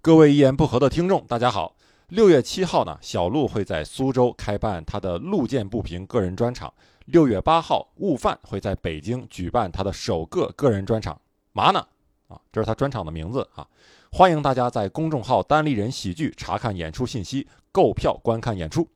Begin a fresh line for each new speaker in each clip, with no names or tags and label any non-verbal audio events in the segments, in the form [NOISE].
各位一言不合的听众，大家好。六月七号呢，小鹿会在苏州开办他的“路见不平”个人专场。六月八号，悟饭会在北京举办他的首个个人专场。嘛呢？啊，这是他专场的名字啊。欢迎大家在公众号“单立人喜剧”查看演出信息，购票观看演出。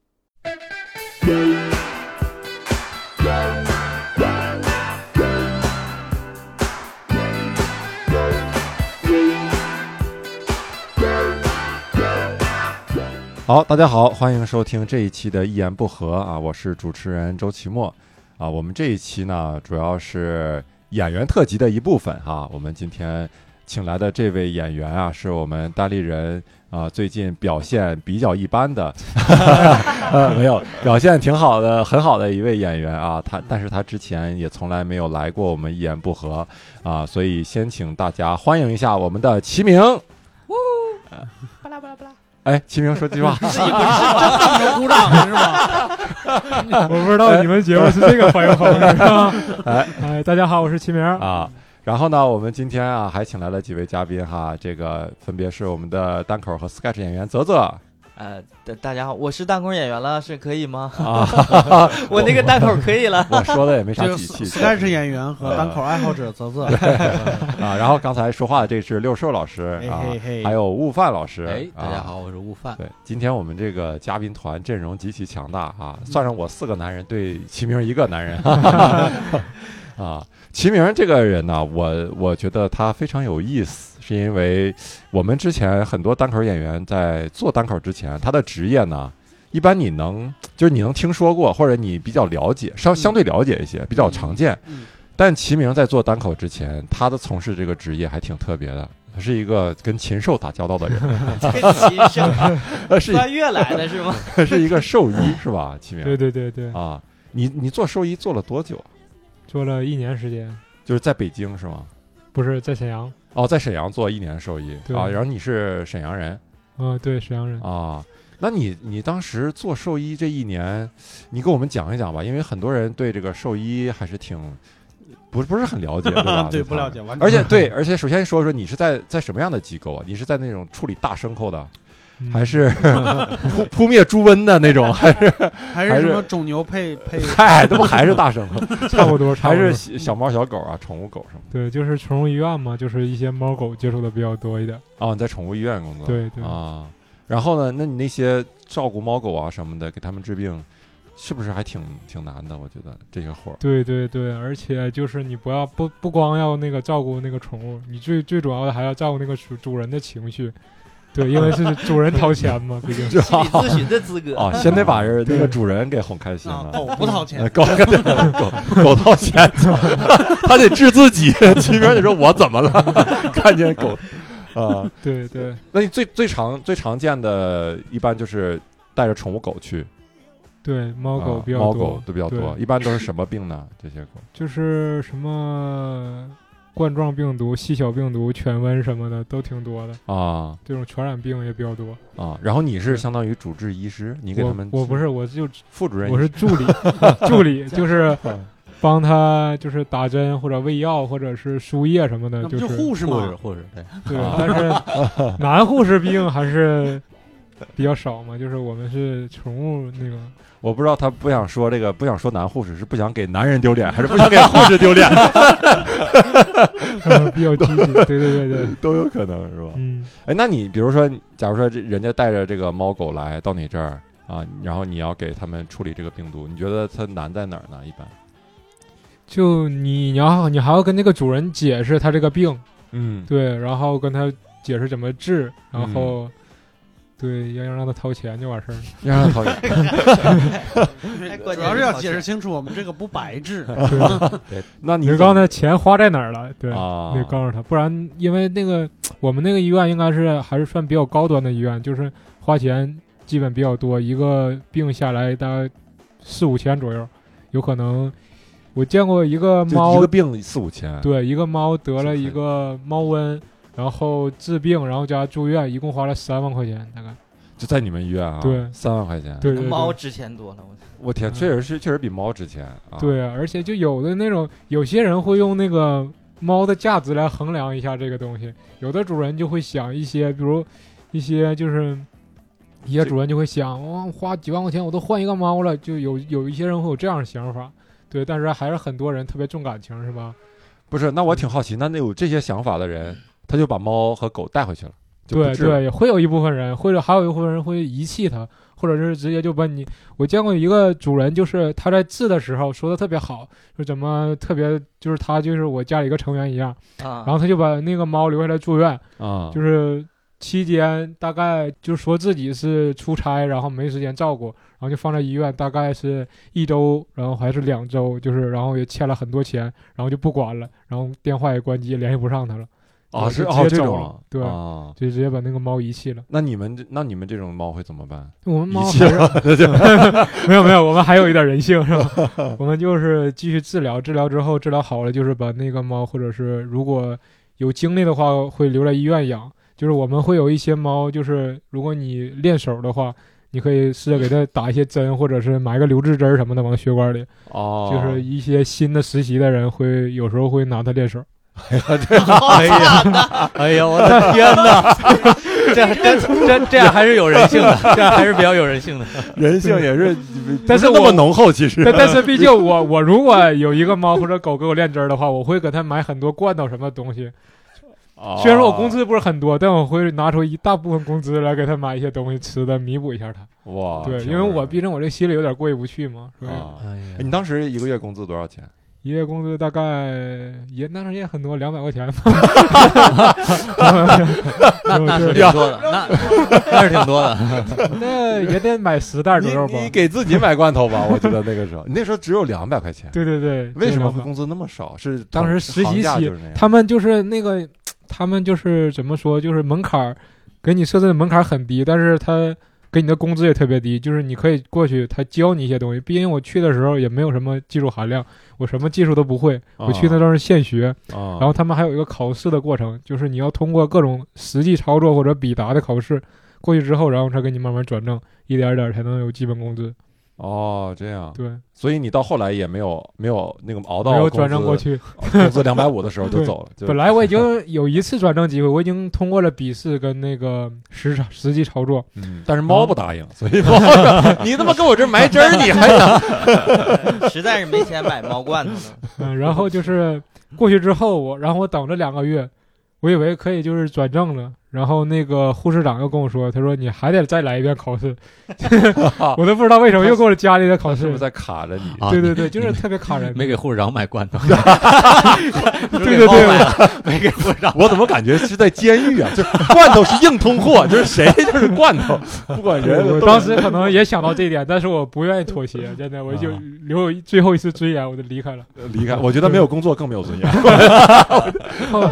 好，大家好，欢迎收听这一期的《一言不合》啊，我是主持人周奇墨啊。我们这一期呢，主要是演员特辑的一部分哈、我们今天请来的这位演员啊，是我们单立人啊最近表现比较一般的， [LAUGHS] 呃，没有表现挺好的，很好的一位演员啊。他但是他之前也从来没有来过我们《一言不合》啊，所以先请大家欢迎一下我们的齐明。
巴拉巴拉巴拉，
哎，齐明说句话。 [LAUGHS]
鼓掌是吗？
我不知道你们节目是这个反应方式啊！哎，大家好，我是齐明。
啊。然后呢，我们今天啊还请来了几位嘉宾哈，这个分别是我们的单口和 sketch 演员泽泽
[LAUGHS]
呃，大大家好，我是弹弓演员了，是可以吗？
啊，
[LAUGHS] 我那个单口可以了。
我说的也没啥
这
底气
是 sketch 演员和单口爱好者泽泽，
啊。然后刚才说话的这是六兽老师啊
嘿嘿，嘿
还有悟饭老师，
哎，大家
啊。
好，我是悟饭。
[LAUGHS] 对，今天我们这个嘉宾团阵容极其强大啊！
嗯
算上我四个男人，对齐明一个男
[LAUGHS]
人啊。齐明这个人呢、我我觉得他非常有意思，是因为我们之前很多单口演员在做单口之前，他的职业呢，一般你能就是你能听说过，或者你比较了解，相相对了解一些，比较常见。
嗯
但齐明在做单口之前，他的从事这个职业还挺特别的，他是一个跟禽兽打交道的
[LAUGHS]
人，
这是
呃，是一
穿越来的是吗？
[LAUGHS]
是一个兽医是吧？齐明
对对对对，
啊，你你做兽医做了多久啊？
做了一年时间，
就是在北京是吗？
不是在沈阳
哦，在沈阳做一年兽医
对
啊，然后你是沈阳人
啊，对沈阳人。
啊，那你你当时做兽医这一年，你给我们讲一讲吧，因为很多人对这个兽医还是挺不不是很了解，
[LAUGHS]？
对吧
对不了解，。完全
而且对，而且首先说说你是在在什么样的机构啊？你是在那种处理大牲口的，
嗯
还
[LAUGHS]
是扑扑灭猪瘟的那
哎
种？还是
还是什么肿牛配配
嗨，这不还是大牲口？
差不多，
[LAUGHS]
差
还
不
是
多
小小猫、小狗啊，宠物狗什么
对，就是宠物医院嘛，就是一些猫狗接触的比较多一点。
的？哦，你在宠物医院工作？
对对，
啊。然后呢，那你那些照顾猫狗啊什么的，给他们治病，是不是还挺挺难的？我觉得这些活儿
对对对，而且就是你不要不不光要那个照顾那个宠物，你最最主要的还要照顾那个主主人的情绪。对，因为是主人掏钱
[LAUGHS]
嘛，毕竟。
[LAUGHS] 心理咨询的资格。 [LAUGHS]
啊，先得把人那个
对
主人给哄开心
啊
了。
狗不掏
呃
钱，
狗 [LAUGHS] 狗狗掏钱， [LAUGHS] 他得治自己。 [LAUGHS] 齐明，你说我怎么了？ [LAUGHS] 看见狗啊、
对对，
那你最最常最常见的，一般就是带着宠物狗去，
对，猫狗
啊
比较
猫
多
狗都比较多，
对
一般都是什么病呢？这些狗
就是什么冠状病毒、细小病毒、犬瘟什么的都挺多的，
啊
这种传染病也比较多。
啊，然后你是相当于主治医师，你给他们
我我不是，我就
副主任，
我是助
[LAUGHS]
理，助理就是
嗯
帮他就是打针或者喂药或者是输液什么的，
那不
是
护士吗？
护士，对，
对
啊，
但是男护士毕竟还是比较少嘛，就是我们是宠物那个，
我不知道他不想说这个，不想说男护士是不想给男人丢脸，还是不
[LAUGHS]
想给护士丢脸，
呃比较积极，对对对对，
[LAUGHS] 都有可能是吧？
嗯，
哎，那你比如说，假如说这人家带着这个猫狗来到你这儿啊，然后你要给他们处理这个病毒，你觉得它难在哪儿呢？一般，
就你你要你还要跟那个主人解释他这个病，
嗯，
对，然后跟他解释怎么治，然后、
嗯
对要要让他掏钱就完
[LAUGHS]
事儿了。
让人讨
[LAUGHS]
厌。
哎关键是
主要是要解释清楚，我们这个不白治。
对，
那 [LAUGHS] 你
你刚才钱花在哪儿了？对，
啊，
得告诉他，不然因为那个我们那个医院应该是还是算比较高端的医院，就是花钱基本比较多，一个病下来大概四五千左右，有可能我见过一个
就
猫
一个病四五千，
对，一个猫得了
这
一
太
个猫瘟，然后治病，然后加住院，一共花了三万块钱，大概。
就在你们医院啊，
对
三万块钱，
对对对
猫值钱多了，我
我天，
嗯
确实是确实比猫值钱啊，
对啊，而且就有的那种，有些人会用那个猫的价值来衡量一下这个东西，有的主人就会想一些，比如一些就是一些主人就会想，我、花几万块钱我都换一个猫了，就有有一些人会有这样的想法，对，但是还是很多人特别重感情，是吧？
不是，那我
嗯
挺好奇，那那有这些想法的人，他就把猫和狗带回去了，就不
对
治了
对，会有一部分人，或者还有一部分人会遗弃它，或者是直接就把你。我见过一个主人，就是他在治的时候说的特别好，说怎么特别，就是他就是我家里一个成员一样，
啊
然，后他就把那个猫留下来住院，
啊，
就是是期间大概就说自己是出差，然后没时间照顾，然后就放在医院，大概是一周，然后还是两周，就是然后也欠了很多钱，然后就不管了，然后电话也关机，联系不上他了，
啊
就是直接
哦这
走
种
了
啊
对
啊。
就直接把那个猫遗弃了。
那你们这那你们这种猫会怎么办？
我们猫
遗
还
弃
是
了
[LAUGHS]
那就
没有没有，我们还有一点人性是吧？我们就是继续治疗，治疗之后治疗好了，就是把那个猫，或者是如果有精力的话，会留在医院养。就是我们会有一些猫，就是如果你练手的话，你可以试着给它打一些针，或者是买个留置针儿什么的往血管里。
哦，
就是一些新的实习的人会有时候会拿它练手。
哎呀，哎呀，我的天哪！这这
[LAUGHS]
这这样还是有人性的，这样还是比较有人性的。
人性也是，
但
不
是
是那么
我
浓厚，其实
[LAUGHS] 但
[LAUGHS]
但是毕竟我我如果有一个猫或者狗给我练针儿的话，我会给它买很多罐头什么东西。
哦
虽然说我工资不是很多，但我会拿出一大部分工资来给他买一些东西吃的，弥补一下他。
哇，
对，
哦挺
因为
有意
我
思
毕竟我这心里有点过意不去嘛，是吧？
啊，哎
呀
你当时一个月工资多少钱？
一月工资大概也那时候也很多，两百块钱
[LAUGHS]
吧。 [LAUGHS]
那那是挺多的，那那是挺多的。
那也得买十袋
你
左右吧。
你给自己买罐头吧，我觉得那个时候，你那时候只有两百块钱，
对对对，
为什么会
这样吧
工资那么少？是
当时实习
行
期
价就是那样
他们就是那个，他们就是怎么说，就是门槛儿给你设置的门槛儿很低，但是他给你的工资也特别低，就是你可以过去，他教你一些东西。毕竟我去的时候也没有什么技术含量，我什么技术都不会，我去那
哦
都是现学。
啊，
然后他们还有一个考试的过程，就是你要通过各种实际操作或者比答的考试，过去之后，然后他给你慢慢转正，一点儿一点儿才能有基本工资。
哦，这样，
对，
所以你到后来也没有没有那个熬到
没有
工
转正
资
过去。
工资两百五的时候就
对
走了，就
本来我已经有一次转正机会，我已经通过了笔试跟那个实操实际
[LAUGHS]
操作，
嗯但是猫不答应，所以猫你他妈跟我这埋针儿，你还
[LAUGHS]
想
实在是没钱买猫罐头了。
嗯，然后就是过去之后我，然后我等了两个月，我以为可以就是转正了，然后那个护士长又跟我说，他说你还得再来一遍考
[LAUGHS]
试，我都不知道为什么又给我加了一遍考
是不
试
是。在卡着你？
啊
对对
你
对，就是
你
特别卡人。
没给护士长买罐头，
[LAUGHS]
对对对，
没给护士长。
我怎么感觉是在监狱啊？就是罐头是硬通货，就是谁就是罐头，不管人
我
都
当时可能也想到这一点，但是我不愿意妥协，真的，我就
啊
留有最后一次尊严，我就离开了。 [LAUGHS]
离开。我觉得没有工作更没有尊严
后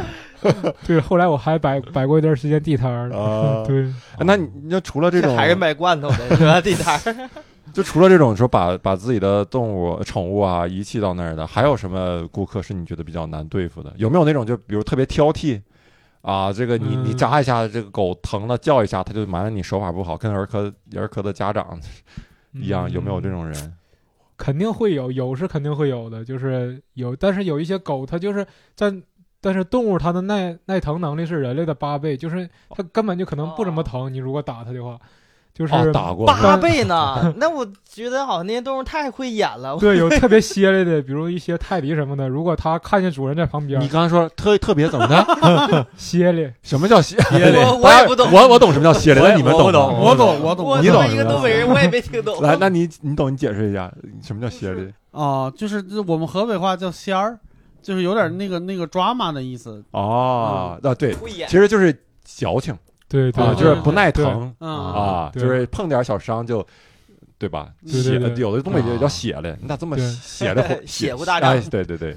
对，后来我还摆摆过一段时间地摊儿，
啊。
对，
那你那除了这种，
还是卖罐头呗，是吧？地摊儿
就除了这种说把把自己的动物、宠物啊遗弃到那儿的，还有什么顾客是你觉得比较难对付的？有没有那种就比如特别挑剔啊？这个你你
嗯
扎一下，这个狗疼了叫一下，它就埋怨你手法不好，跟儿科儿科的家长一样，有没有这
种？
种人？
肯定会有，有是肯定会有的，就是有，但是有一些狗它就是在。但是动物它的耐耐疼能力是人类的八倍，就是它根本就可能不怎么疼。你如果打它的话，嗯就是、
啊，打过是
八
吧
倍呢？那我觉得好像那些动物太会演了。我
[LAUGHS] 对有特别歇类的，比如一些泰迪什么的，如果它看见主人在旁边
你，刚才说特特别怎么 [LAUGHS] 的？
歇类
什么叫歇
咧我我也不懂
我我懂什么叫歇咧，
我也
那你们
我不
吗
懂
我懂，我懂，
我
你
作
懂
为一个东北人，我也没听懂。
来，那你你懂，你解释一下什么叫歇咧？
啊，就是我们河北话叫仙儿，就是有点那个那个 drama 的意思。
哦，啊对，
会演
其实就是矫情。
对对、
啊，就是不耐
对
疼
嗯
啊，
对
就是碰点小伤就，对吧？
对
血
对对
有的东北就
啊
叫血嘞，你咋这么
对
血 [LAUGHS] 的
血不大涨
哎对对对，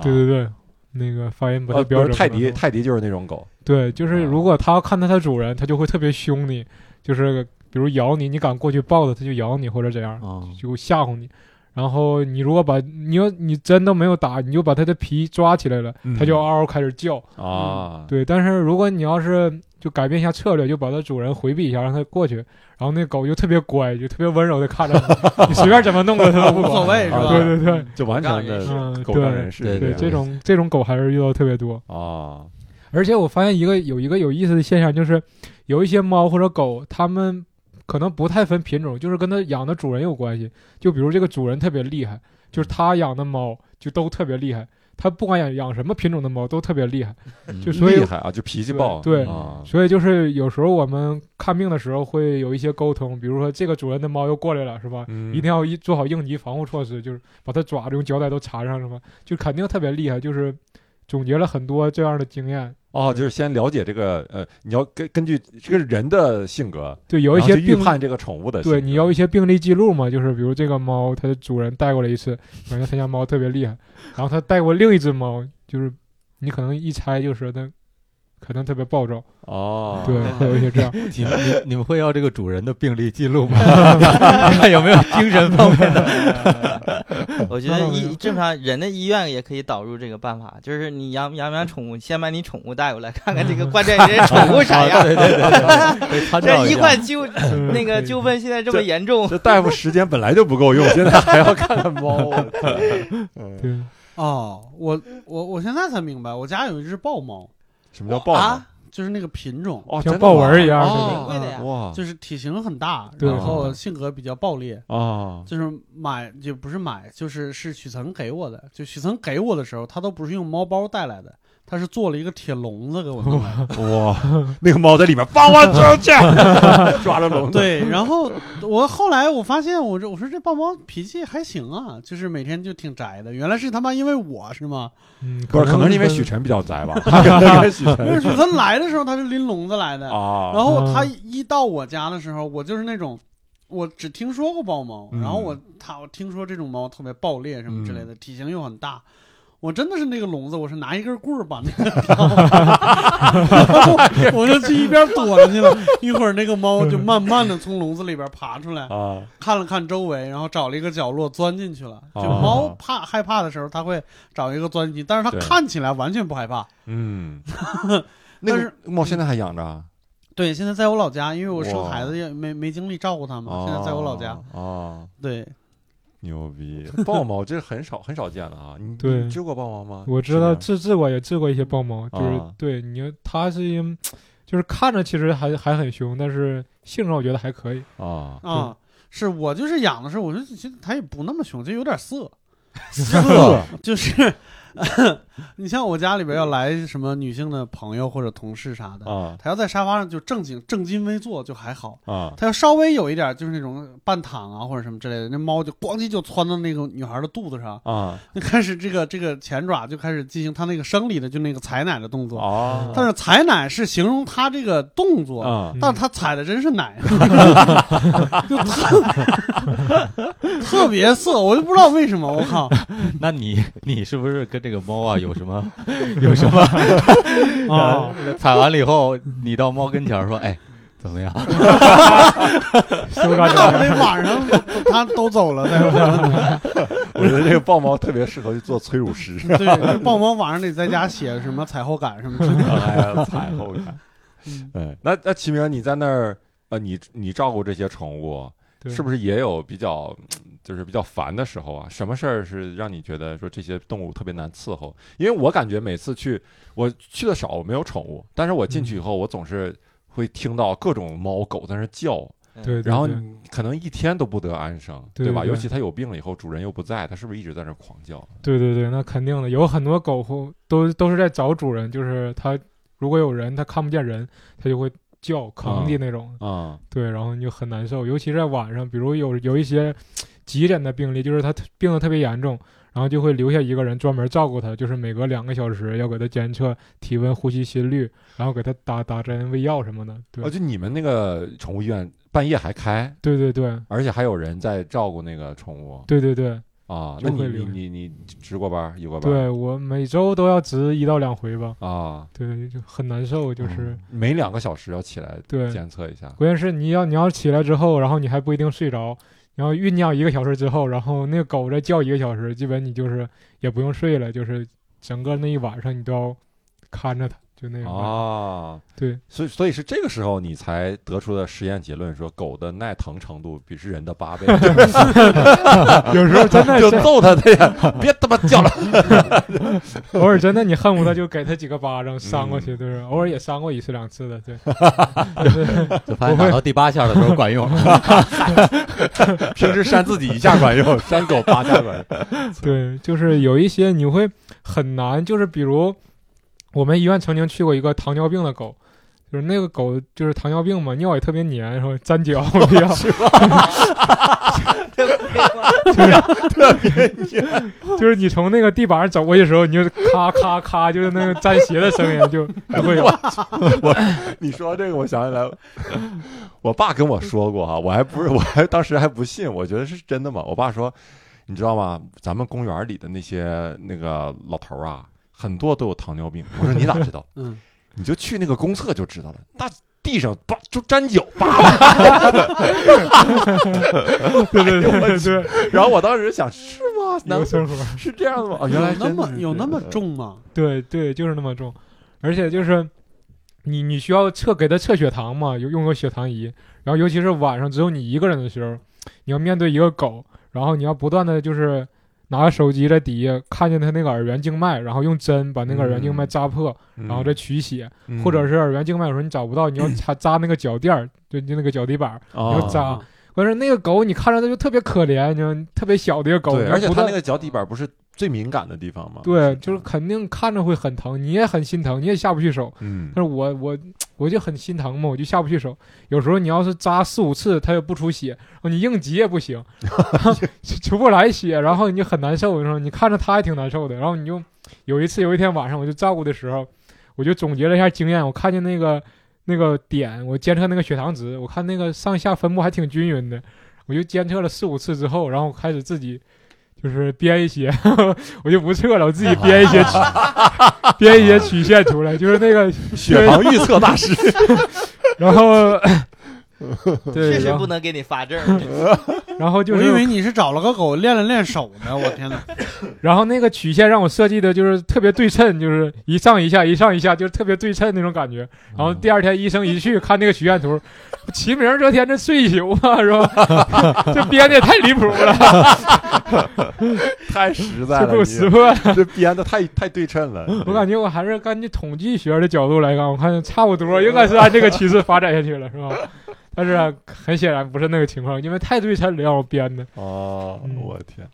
对对对，那个发 [LAUGHS] 音不
啊
太
呃，比
标
如
准。
泰迪，
可能
泰迪就是那种狗，
对，就是
啊
如果它看到它主人，它就会特别凶你，就是比如咬你，你敢过去抱它，它就咬你或者怎样，
哦
嗯
就吓唬你。然后你如果把你要你针都没有打，你就把它的皮抓起来了，
嗯
它就嗷嗷开始叫。
啊，
对，但是如果你要是就改变一下策略，就把它主人回避一下，让它过去，然后那狗就特别乖，就特别温柔的看着你，你随便怎么弄它它都不
无
[LAUGHS]
所
管。
谓是
啊
吧？
对对对，
就完全
狗仗人
的
势
嗯，
狗仗
对
人势，
对
对，这种这种狗还是遇到特别多。
啊
而且我发现一个有一个有意思的现象，就是有一些猫或者狗，它们可能不太分品种，就是跟它养的主人有关系。就比如这个主人特别厉害，就是他养的猫就都特别厉害，他不管养养什么品种的猫都特别厉害。
嗯
就所以
厉害啊，就脾气暴，
对
啊，
所以就是有时候我们看病的时候会有一些沟通，比如说这个主人的猫又过来了，是吧？
嗯
一定要一做好应急防护措施，就是把它爪子用胶带都缠上，什么就肯定特别厉害，就是总结了很多这样的经验。
哦，就是先了解这个呃，你要根根据这个人的性格，
对，有一
然后
些
去预
病
判这个宠物的性格，
对，你要一些病例记录嘛，就是比如这个猫，它的主人带过来一次，感觉他家猫特别厉害，然后它带过另一只猫，就是你可能一猜就是它可能特别暴躁，
哦，
对， [LAUGHS] 会有一些这样。
你们你你们会要这个主人的病历记录吗？看有没有精神方面的？
我觉
那
得
倒没有
医正常人的医院也可以导入这个办法，就是你养养不养宠物，先把你宠物带过来，看看这个关键你这宠物啥样。
啊对对对对，对参照
这
一
医
下
患纠那
可
个
以
纠纷现在这么严
[LAUGHS]
重，
这大夫时间本来就不够用，现在还要看看猫，啊我天嗯
对，
[LAUGHS] 哦，我我我现在才明白，我家有一只豹猫，
[LAUGHS] 什么叫暴
啊
呢？
就是那个品种，
哦，
像
真的
豹纹儿
吗
一样
哦
的。
挺贵的呀。
哇
就是体型很大，
对
然后性格比较暴烈，
[LAUGHS]
啊，
就是买就不是买，就是是许岑给我的，就许岑给我的时候，他都不是用猫包带来的。他是做了一个铁笼子给我弄来的，
哇，那个猫在里面放我
[LAUGHS]
出去， [LAUGHS] 抓着笼子，
对。然后我后来我发现，我这我说这豹猫脾气还行啊，就是每天就挺宅的。原来是他妈因为我是吗？
嗯，
不是，可能是因为许晨比较宅吧，可能是许
[LAUGHS] 因为
晨
许岑来的时候他是拎笼子来的，
啊，
然后
嗯
他一到我家的时候，我就是那种，我只听说过豹猫，
嗯
然后我他我听说这种猫特别暴烈什么之类的，体型又很大。我真的是那个笼子，我是拿一根棍儿把那个 [LAUGHS] 挑开，然后我就去一边躲着去了。一会儿那个猫就慢慢的从笼子里边爬出来，
啊，
看了看周围，然后找了一个角落钻进去了。就
哦
猫怕害怕的时候，它会找一个钻进去，但是它
对
看起来完全不害怕。 [LAUGHS]
嗯，那个
但是
猫现在还养着啊，
对，现在在我老家，因为我生
哇
孩子也没没精力照顾它嘛，嗯现在在我老家。
啊，
对，
牛
[LAUGHS]
逼！豹猫这很少很少见的啊，你
对
你治过豹猫吗？
我知道
是
治治过也治过一些豹猫，就是、
啊
对你要它是因为就是看着其实还还很凶，但是性上我觉得还可以。
啊，
啊，是我就是养的时候，我就觉得它也不那么凶，就有点色，
[LAUGHS] 色
[LAUGHS] 就是你像我家里边要来什么女性的朋友或者同事啥的，
啊
他要在沙发上就正经正襟危坐就还好，
啊
他要稍微有一点就是那种半躺啊或者什么之类的，那猫就咣叽就窜到那个女孩的肚子上， [LAUGHS]
啊
就开始这个这个前爪就开始进行它那个生理的就那个采奶的动作，
啊！
但是采奶是形容它这个动作， [LAUGHS]
啊，
嗯
但是他踩的真是
[LAUGHS]
奶，就特特别色，我就不知道为什么，我
[LAUGHS]
靠！
那你你是不是跟这个猫啊有什么有什么？
哦
啊，
踩完了以后，你到猫跟前儿说：“哎，怎么样？
是不是
那
感觉
我得晚上他都走了，对
我觉得这个豹猫特别适合去做催乳师， [LAUGHS]
吧？对，豹猫晚上得在家写什么踩后感什么之类的。
哎呀，踩后感。
嗯
哎，那那齐明，你在那儿呃，你你照顾这些宠物，
对
是不是也有比较嗯就是比较烦的时候啊？什么事儿是让你觉得说这些动物特别难伺候？因为我感觉每次去我去的少，我没有宠物，但是我进
嗯
去以后，我总是会听到各种猫狗在那儿叫，
对，对
然后
对
你可能一天都不得安生，
对
吧？
对
尤其它有病了以后，主人又不在，它是不是一直在那儿狂叫？
对对对，那肯定的，有很多狗后都都是在找主人，就是它如果有人，它看不见人，它就会叫扛的那种。
啊
对，然后你就很难受，尤其在
嗯
晚上，比如有有一些急诊的病例，就是他特病得特别严重，然后就会留下一个人专门照顾他，就是每隔两个小时要给他监测体温、呼吸、心率，然后给他打打针、喂药什么的。对
啊！，就你们那个宠物医院半夜还开，
对对对，
而且还有人在照顾那个宠物
对对对，
啊。
就
那你
会留
你你你值过班儿，有过班儿
对我每周都要值一到两回吧，
啊？
对，就很难受，就是
嗯每两个小时要起来
对
监测一下。
关键是你要你要起来之后，然后你还不一定睡着，然后酝酿一个小时之后，然后那个狗再叫一个小时，基本你就是也不用睡了，就是整个那一晚上你都要看着它，就那种。
哦，
对，
所以所以是这个时候你才得出的实验结论，说狗的耐疼程度比是人的
[LAUGHS]
八倍，
[LAUGHS] 有时候真的
就是
[LAUGHS]
揍它它也别他妈叫
[LAUGHS]
了。
偶尔真的你恨不得就给它几个巴掌扇过去，对吧？偶尔也扇过一次两次的，对。但是
就发现打到第八下的时候管用。
平时扇自己一下管用，扇狗八下管用。
对，就是有一些你会很难，就是比如我们医院曾经去过一个糖尿病的狗，就是那个狗就是糖尿病嘛，尿也特别黏，然后粘脚尿，就是 [LAUGHS] 你从那个地板上走过去的时候，你就咔咔咔，就是那个粘鞋的声音就就会有。
[LAUGHS] 你说这个，我想起来，我爸跟我说过啊哈、我还不是，我还当时还不信，我觉得是真的嘛。我爸说，你知道吗？咱们公园里的那些那个老头儿啊，很多都有糖尿病。我说你咋知
[LAUGHS]
道？
嗯，
你就去那个公厕就知道了。大地上叭就沾脚叭，
对
[LAUGHS]
对对对，
然后我当时想，是吗？难
有
道
生活。
是这样的吗？啊，原
有
来
那
真的
么
是
有
这
那
样
么重吗？
对对，就是那么重，而且就是你你需要测给他测血糖嘛，有用个血糖仪，然后尤其是晚上只有你一个人的时候，你要面对一个狗，然后你要不断的就是拿手机在底下看见它那个耳源静脉，然后用针把那个耳源静脉扎破，
嗯
然后再取血，
嗯
或者是耳源静脉有时候你找不
[CLEARS THROAT]
到，你要扎扎那个脚垫儿，就就那个脚底板儿，
哦
你要扎。
啊
关键是那个狗，你看着它就特别可怜，就特别小的一个狗，
对，
你要
而且
不
它
断
那个嗯脚底板不是最敏感的地方吗？
对，就是肯定看着会很疼，你也很心疼，你也下不去手。
嗯，
但是我我我就很心疼嘛，我就下不去手。有时候你要是扎四五次，它也不出血，然后你应急也不行，然后出出不来血，然后你就很难受的时候，你看着它也挺难受的。然后你就有一次有一天晚上我就照顾的时候，我就总结了一下经验，我看见那个那个点，我监测那个血糖值，我看那个上下分布还挺均匀的，我就监测了四五次之后，然后我开始自己。就是编一些， [LAUGHS] 我就不测了，我自己编一些曲， [LAUGHS] 编一些曲线出来，就是那个
血糖预测大
[LAUGHS]
师。
然
[LAUGHS]
后，对，
确实
然
不
后
能给你发证儿。
然
[LAUGHS]
后就
我以为
是，
你是找了个狗练了练手 [LAUGHS] 呢，我天哪！
然后那个曲线让我设计的就是特别对称，就是一上一下，一上一下，就是特别对称那种感觉。然后第二天医生一去看那个曲线图， [LAUGHS] 齐明这天这睡一宿啊，是吧？ [LAUGHS] 这编的也太离谱了，
太实在
这
了，
给我
你
识破了。
这编的太太对称了。
[LAUGHS] 我感觉我还是根据统计学的角度来看，我看差不多应该是按这个趋势发展下去了，是吧？ [LAUGHS] 但是啊很显然不是那个情况，因为太对称了，让我编的。
哦，
嗯
我天！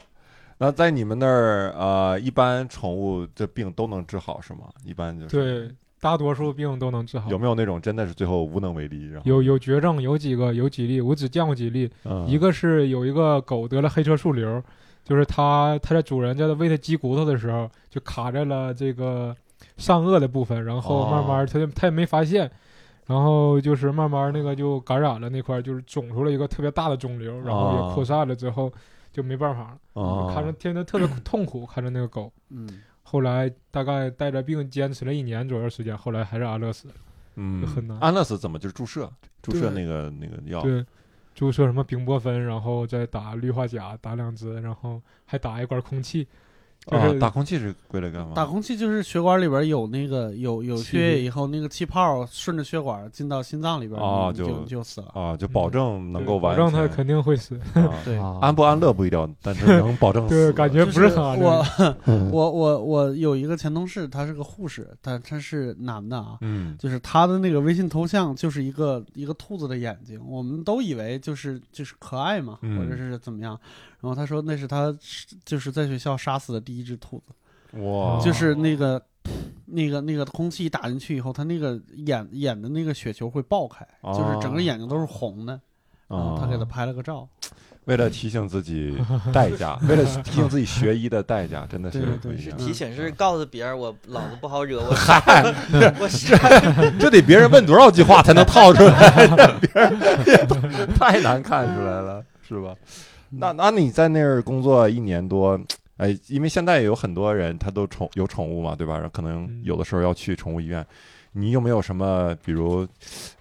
那在你们那儿，呃，一般宠物这病都能治好是吗？一般就是
对，大多数病都能治好。
有没有那种真的是最后无能为力？然后
有有绝症，有几个，有几例，我只见过几例。
嗯
一个是有一个狗得了黑车素瘤，就是它它的主人在喂它鸡骨头的时候，就卡在了这个上颚的部分，然
哦
后慢慢它就它也没发现，然后就是慢慢那个就感染了那块儿，就是肿出了一个特别大的肿瘤，然后
哦
也扩散了之后就没办法了，
哦
就看着天天特别痛苦，看着那个狗。
嗯，
后来大概带着病坚持了一年左右时间，后来还是安乐死了。
嗯
很难
安乐死怎么就是注射？注射
对
那个那个药
对，注射什么丙泊酚，然后再打氯化钾，打两支，然后还打一管空气，就
啊
是、？
打空气是归来干嘛？
打空气就是血管里边有那个有有
气
血液以后，那个气泡顺着血管进到心脏里边，
哦
你就
就
你就死了。
啊，就保证能够
对
完全
保证他肯定会死。
啊
对
啊
安不安乐不一定，但是能保证
对
死，
感觉
就
不是很安乐
我
死。
我我我有一个前同事，他是个护士，他他是男的啊，
嗯
就是他的那个微信头像就是一个一个兔子的眼睛，我们都以为就是就是可爱嘛，
嗯
或者是怎么样。然后他说那是他就是在学校杀死的第一只兔子，
哇，
嗯就是那个那个那个空气一打进去以后，他那个眼眼的那个血球会爆开，
哦
就是整个眼睛都是红的。然后
啊
嗯他给他拍了个照，
为了提醒自己代价，为了提醒自己学医的代价，真的是
对
不
对
一
是
样。
提醒
嗯
是告诉别人我老子不好惹， [LAUGHS] 我 [LAUGHS] 我是
这得别人问多少句话才能套出来，别人太难看出来了，是吧？那那你在那儿工作一年多，哎，因为现在有很多人他都宠有宠物嘛，对吧？然后可能有的时候要去宠物医院，你有没有什么比如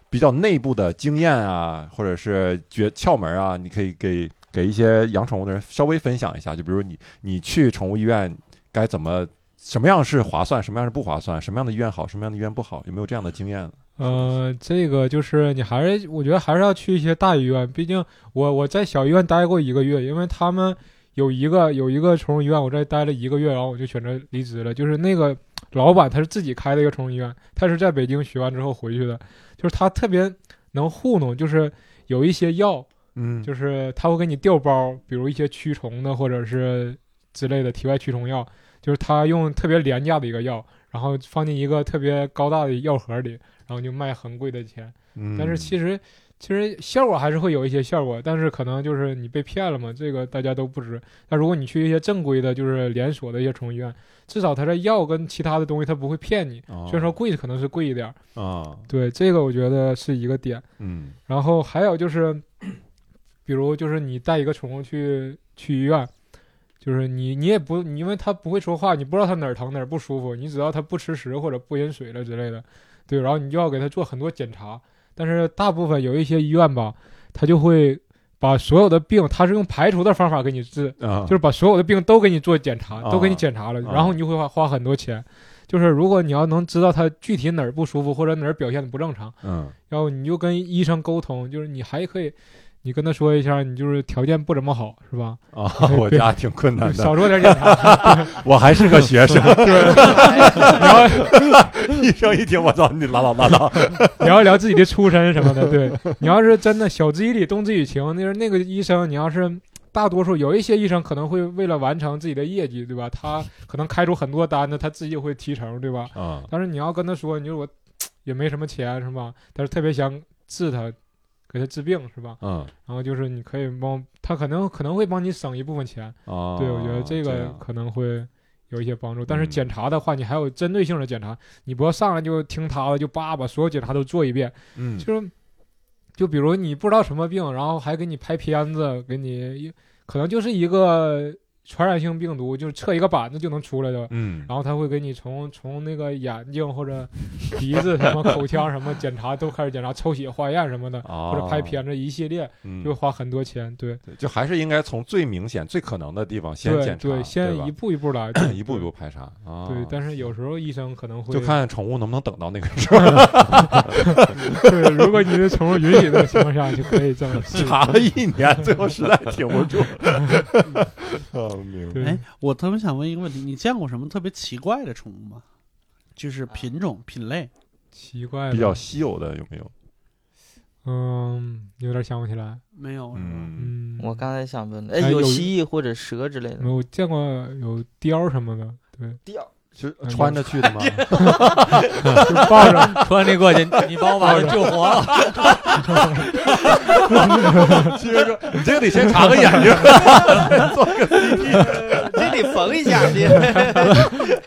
比较内部的经验啊，或者是诀窍门啊，你可以给给一些养宠物的人稍微分享一下？就比如你你去宠物医院该怎么什么样是划算，什么样是不划算，什么样的医院好，什么样的医院不好，有没有这样的经验？
呃，这个就是你还是我觉得还是要去一些大医院，毕竟我我在小医院待过一个月，因为他们有一个有一个宠物医院，我在待了一个月，然后我就选择离职了。就是那个老板他是自己开的一个宠物医院，他是在北京学完之后回去的，就是他特别能糊弄，就是有一些药，
嗯，
就是他会给你调包，比如一些驱虫的或者是之类的体外驱虫药，就是他用特别廉价的一个药，然后放进一个特别高大的药盒里，然后就卖很贵的钱。
嗯
但是其实其实效果还是会有一些效果，但是可能就是你被骗了嘛，这个大家都不知。但如果你去一些正规的，就是连锁的一些宠物医院，至少它的药跟其他的东西它不会骗你，
哦
虽然说贵可能是贵一点儿，
啊，
对这个我觉得是一个点。
嗯
然后还有就是，比如就是你带一个宠物去去医院，就是你你也不你因为它不会说话，你不知道它哪儿疼哪儿不舒服，你只要它不吃食或者不饮水了之类的，对，然后你就要给它做很多检查。但是大部分有一些医院吧，它就会把所有的病，它是用排除的方法给你治，
啊，
就是把所有的病都给你做检查，
啊
都给你检查了，
啊
然后你就会花花很多钱。就是如果你要能知道它具体哪儿不舒服或者哪儿表现的不正常。
嗯
然后你就跟医生沟通，就是你还可以，你跟他说一下，你就是条件不怎么好，是吧？
啊， [LAUGHS] 我家挺困难的，
少做点检查。
[LAUGHS]
[LAUGHS]
我还是个学生。
[LAUGHS]
然后医 [LAUGHS] 生一听，我操，你拉倒拉倒。
聊一聊自己的出身什么的。对你要是真的晓之以理，动之以情，就是那个医生，你要是大多数有一些医生可能会为了完成自己的业绩，对吧？他可能开出很多单子，他自己也会提成，对吧？
[LAUGHS] 啊
但是你要跟他说，你说我也没什么钱，是吧？但是特别想治他，给他治病，是吧？
嗯
然后就是你可以帮他，可能可能会帮你省一部分钱。
啊，
对，我觉得这个
样
可能会有一些帮助。但是
嗯
检查的话，你还有针对性的检查，你不要上来就听他的，就叭把所有检查都做一遍。
嗯
就是，就比如你不知道什么病，然后还给你拍片子，给你可能就是一个传染性病毒，就是测一个板子就能出来的。
嗯
然后他会给你从从那个眼睛或者鼻子什么口腔什么检查都开始检查，抽血化验什么的，
啊，
或者拍片子一系列，
嗯，
就会花很多钱。对
对就还是应该从最明显、最可能的地方先
对
检查，
对，先
吧，
一步一步来
一步一步排查啊。
对，但是有时候医生可能会
就看宠物能不能等到那个时候，
对，如果你的宠物允许的情况下，就可以这么试。
[LAUGHS] 查了一 [LAUGHS] 年，最后实在挺不 [LAUGHS] 住。啊，明白。
对
哎，我特别想问一个问题，你见过什么特别奇怪的宠物吗？就是品
嗯
种、品类。
奇怪，
比较，稀有的有没有？
嗯，有点想不起来。
没有，是吧
嗯，
嗯，
我刚才想问的，
哎
哎，有
有
蜥蜴或者蛇之类的
没有见过有貂什么的，对，
掉，
是穿着去的吗？
就抱着
穿那过去，你帮我把它救活了。
[LAUGHS] 其实说你这个得先查个眼睛，
嗯
这得缝一下 [LAUGHS] 去。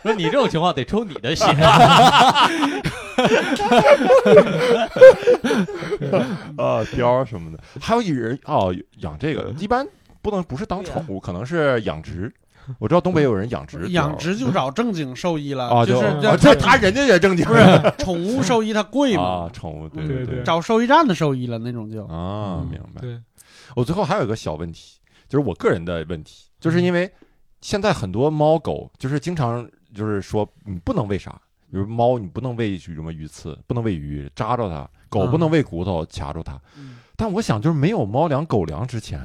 说你这种情况得抽你的血。
啊，貂什么的，还有一人哦，养这个一般不能不是当宠物，可能是养殖。我知道东北有人养殖貂，
[LAUGHS] 养殖就找正经兽医了，
啊，
就
就是啊这他人家也正经
不是宠物兽医它贵
[LAUGHS]
嘛
啊，，宠物对
嗯
对对
对
找兽医站的兽医了那种就。
啊，明白。
对，
我最后还有一个小问题，就是我个人的问题，就是因为现在很多猫狗就是经常就是说你不能喂啥，比如猫你不能喂什么鱼刺，不能喂鱼，扎着它；狗不能喂骨头，卡住它。
嗯
但我想就是没有猫粮、狗粮之前，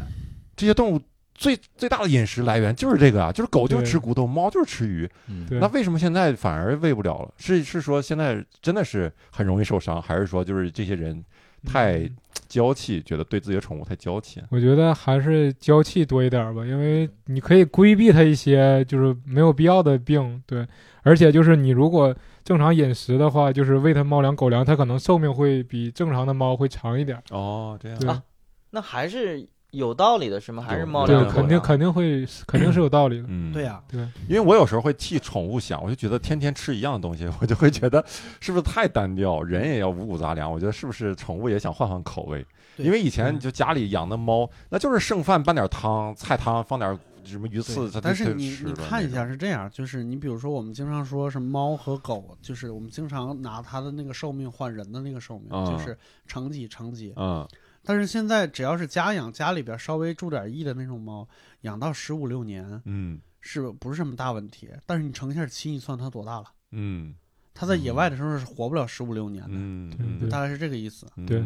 这些动物。最最大的饮食来源就是这个啊，就是狗就是
对
吃骨头，猫就是吃鱼。
对
那为什么现在反而喂不了了？是是说现在真的是很容易受伤，还是说就是这些人太
嗯
娇气，觉得对自己的宠物太娇气？啊
我觉得还是娇气多一点儿吧，因为你可以规避它一些就是没有必要的病，对，而且就是你如果正常饮食的话，就是喂它猫粮、狗粮，它可能寿命会比正常的猫会长一点儿，
哦，这样
对，
啊那还是有道理的，是吗？还是猫
有
粮
对，
道
狗
理
肯定
粮
肯定会肯定是有道理的，
嗯，
对呀、
对，
因为我有时候会替宠物想，我就觉得天天吃一样的东西，我 [LAUGHS] 就会觉得是不是太单调，人也要五谷杂粮。我觉得是不是宠物也想换换口味？
对嗯
因为以前就家里养的猫，那就是剩饭拌点汤、菜汤，放点什么鱼刺，它
但
就是它就
你
吃
你
了
看一
那
下
种，
是这样，就是你比如说我们经常说是猫和狗，就是我们经常拿它的那个寿命换人的那个寿命，
啊
就是乘几乘几。
嗯
但是现在只要是家养，家里边稍微注点意的那种猫，养到十五六年，
嗯
是不是什么大问题？但是你乘一下七，你算它多大了？
嗯
它在野外的时候是活不了十五六年的，
嗯
对
嗯
对
大概是这个意思。
嗯
对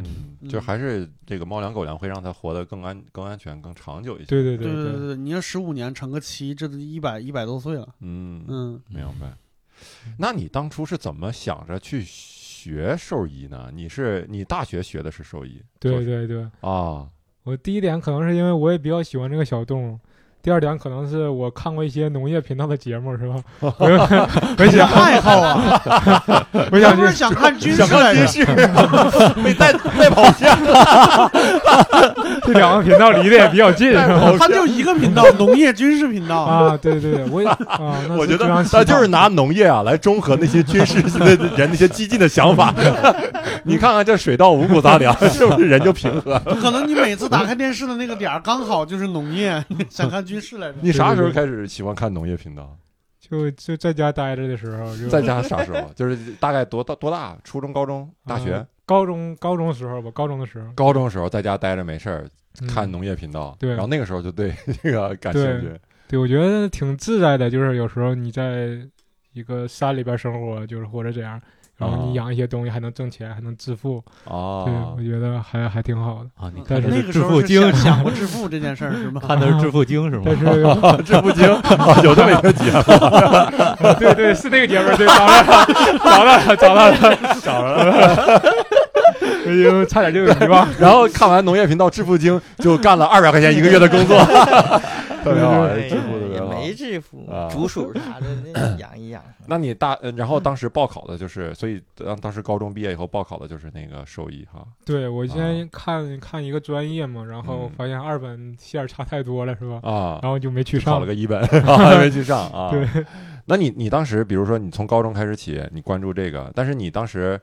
嗯就还是这个猫粮狗粮会让它活得更安、更安全、更长久一些。
对对
对
对，
对，你要十五年乘个七，这都一百一百多岁了。
嗯，
嗯，
明白。那你当初是怎么想着去学兽医呢？你是你大学学的是兽医？
对
做
对对。
啊，
我第一点可能是因为我也比较喜欢这个小动物，第二点可能是我看过一些农业频道的节目，是吧？我
[LAUGHS]
就我
你的
想
爱好啊，
我
你 [LAUGHS]
想
不是
去，
想看军事来着？
是被带带跑线，
这两个频道离得也比较近，是
[LAUGHS]
吧？
他就一个频道，农业军事 [LAUGHS] 频道。
啊，对对对，我也啊，那
我觉
是
得
非常
他
奇
就是
葩
拿农业啊来中和那些军事 [LAUGHS] 的人那些激进的想法。 [LAUGHS] 你看看这水稻五谷杂粮， [LAUGHS] 是不是人就平和？
可能你每次打开电视的那个点儿，刚好就是农业，想看军事 [LAUGHS] 来着。
你啥时候开 [LAUGHS] 始喜欢看农业频道？
就就在家待着的时候，就
在家啥时候？就是大概多大多大？初中、高中、大学、
啊高中高中时候吧，高中的时候
高中时候在家待着没事儿
嗯
看农业频道，
对
然后那个时候就对这个感兴趣。
对，我觉得挺自在的，就是有时候你在一个山里边生活，就是或者这样，然后
啊
你养一些东西还能挣钱，还能致富，对，
哦
我，觉得还还挺好
[LAUGHS]
的。
啊，你
但
看
是
那
的
个时
是致
候
富
是
经
[LAUGHS] 想
是
想
吗，
过致富这件事儿是吗？
看的是致富经是吗
但？是有，
这不精，啊 [LAUGHS] 有这么一个节目，
[LAUGHS] 对对，是那个节目，对，找到了，找到了，找到了，找到了， [LAUGHS] 哎呦，差点就有遗忘。
[LAUGHS] 然后看完农业频道《致富经》，就干了二百块钱一个月的工作， [LAUGHS] 特别好，
哎
致富特别
也
好。
没致富
啊，
竹鼠啥的 [COUGHS] 那养一
[COUGHS]
养。
那你大，呃然后当时报考的就是，所以当当时高中毕业以后报考的就是那个兽医哈。
对我
啊
先看看一个专业嘛，然后
嗯
发现二本线儿差太多了，是吧？
啊，
然后就没去
考
上
了。个一
[LAUGHS]
本，啊没去上啊。
对，
那你你当时，比如说你从高中开始起，你关注这个，但是你当时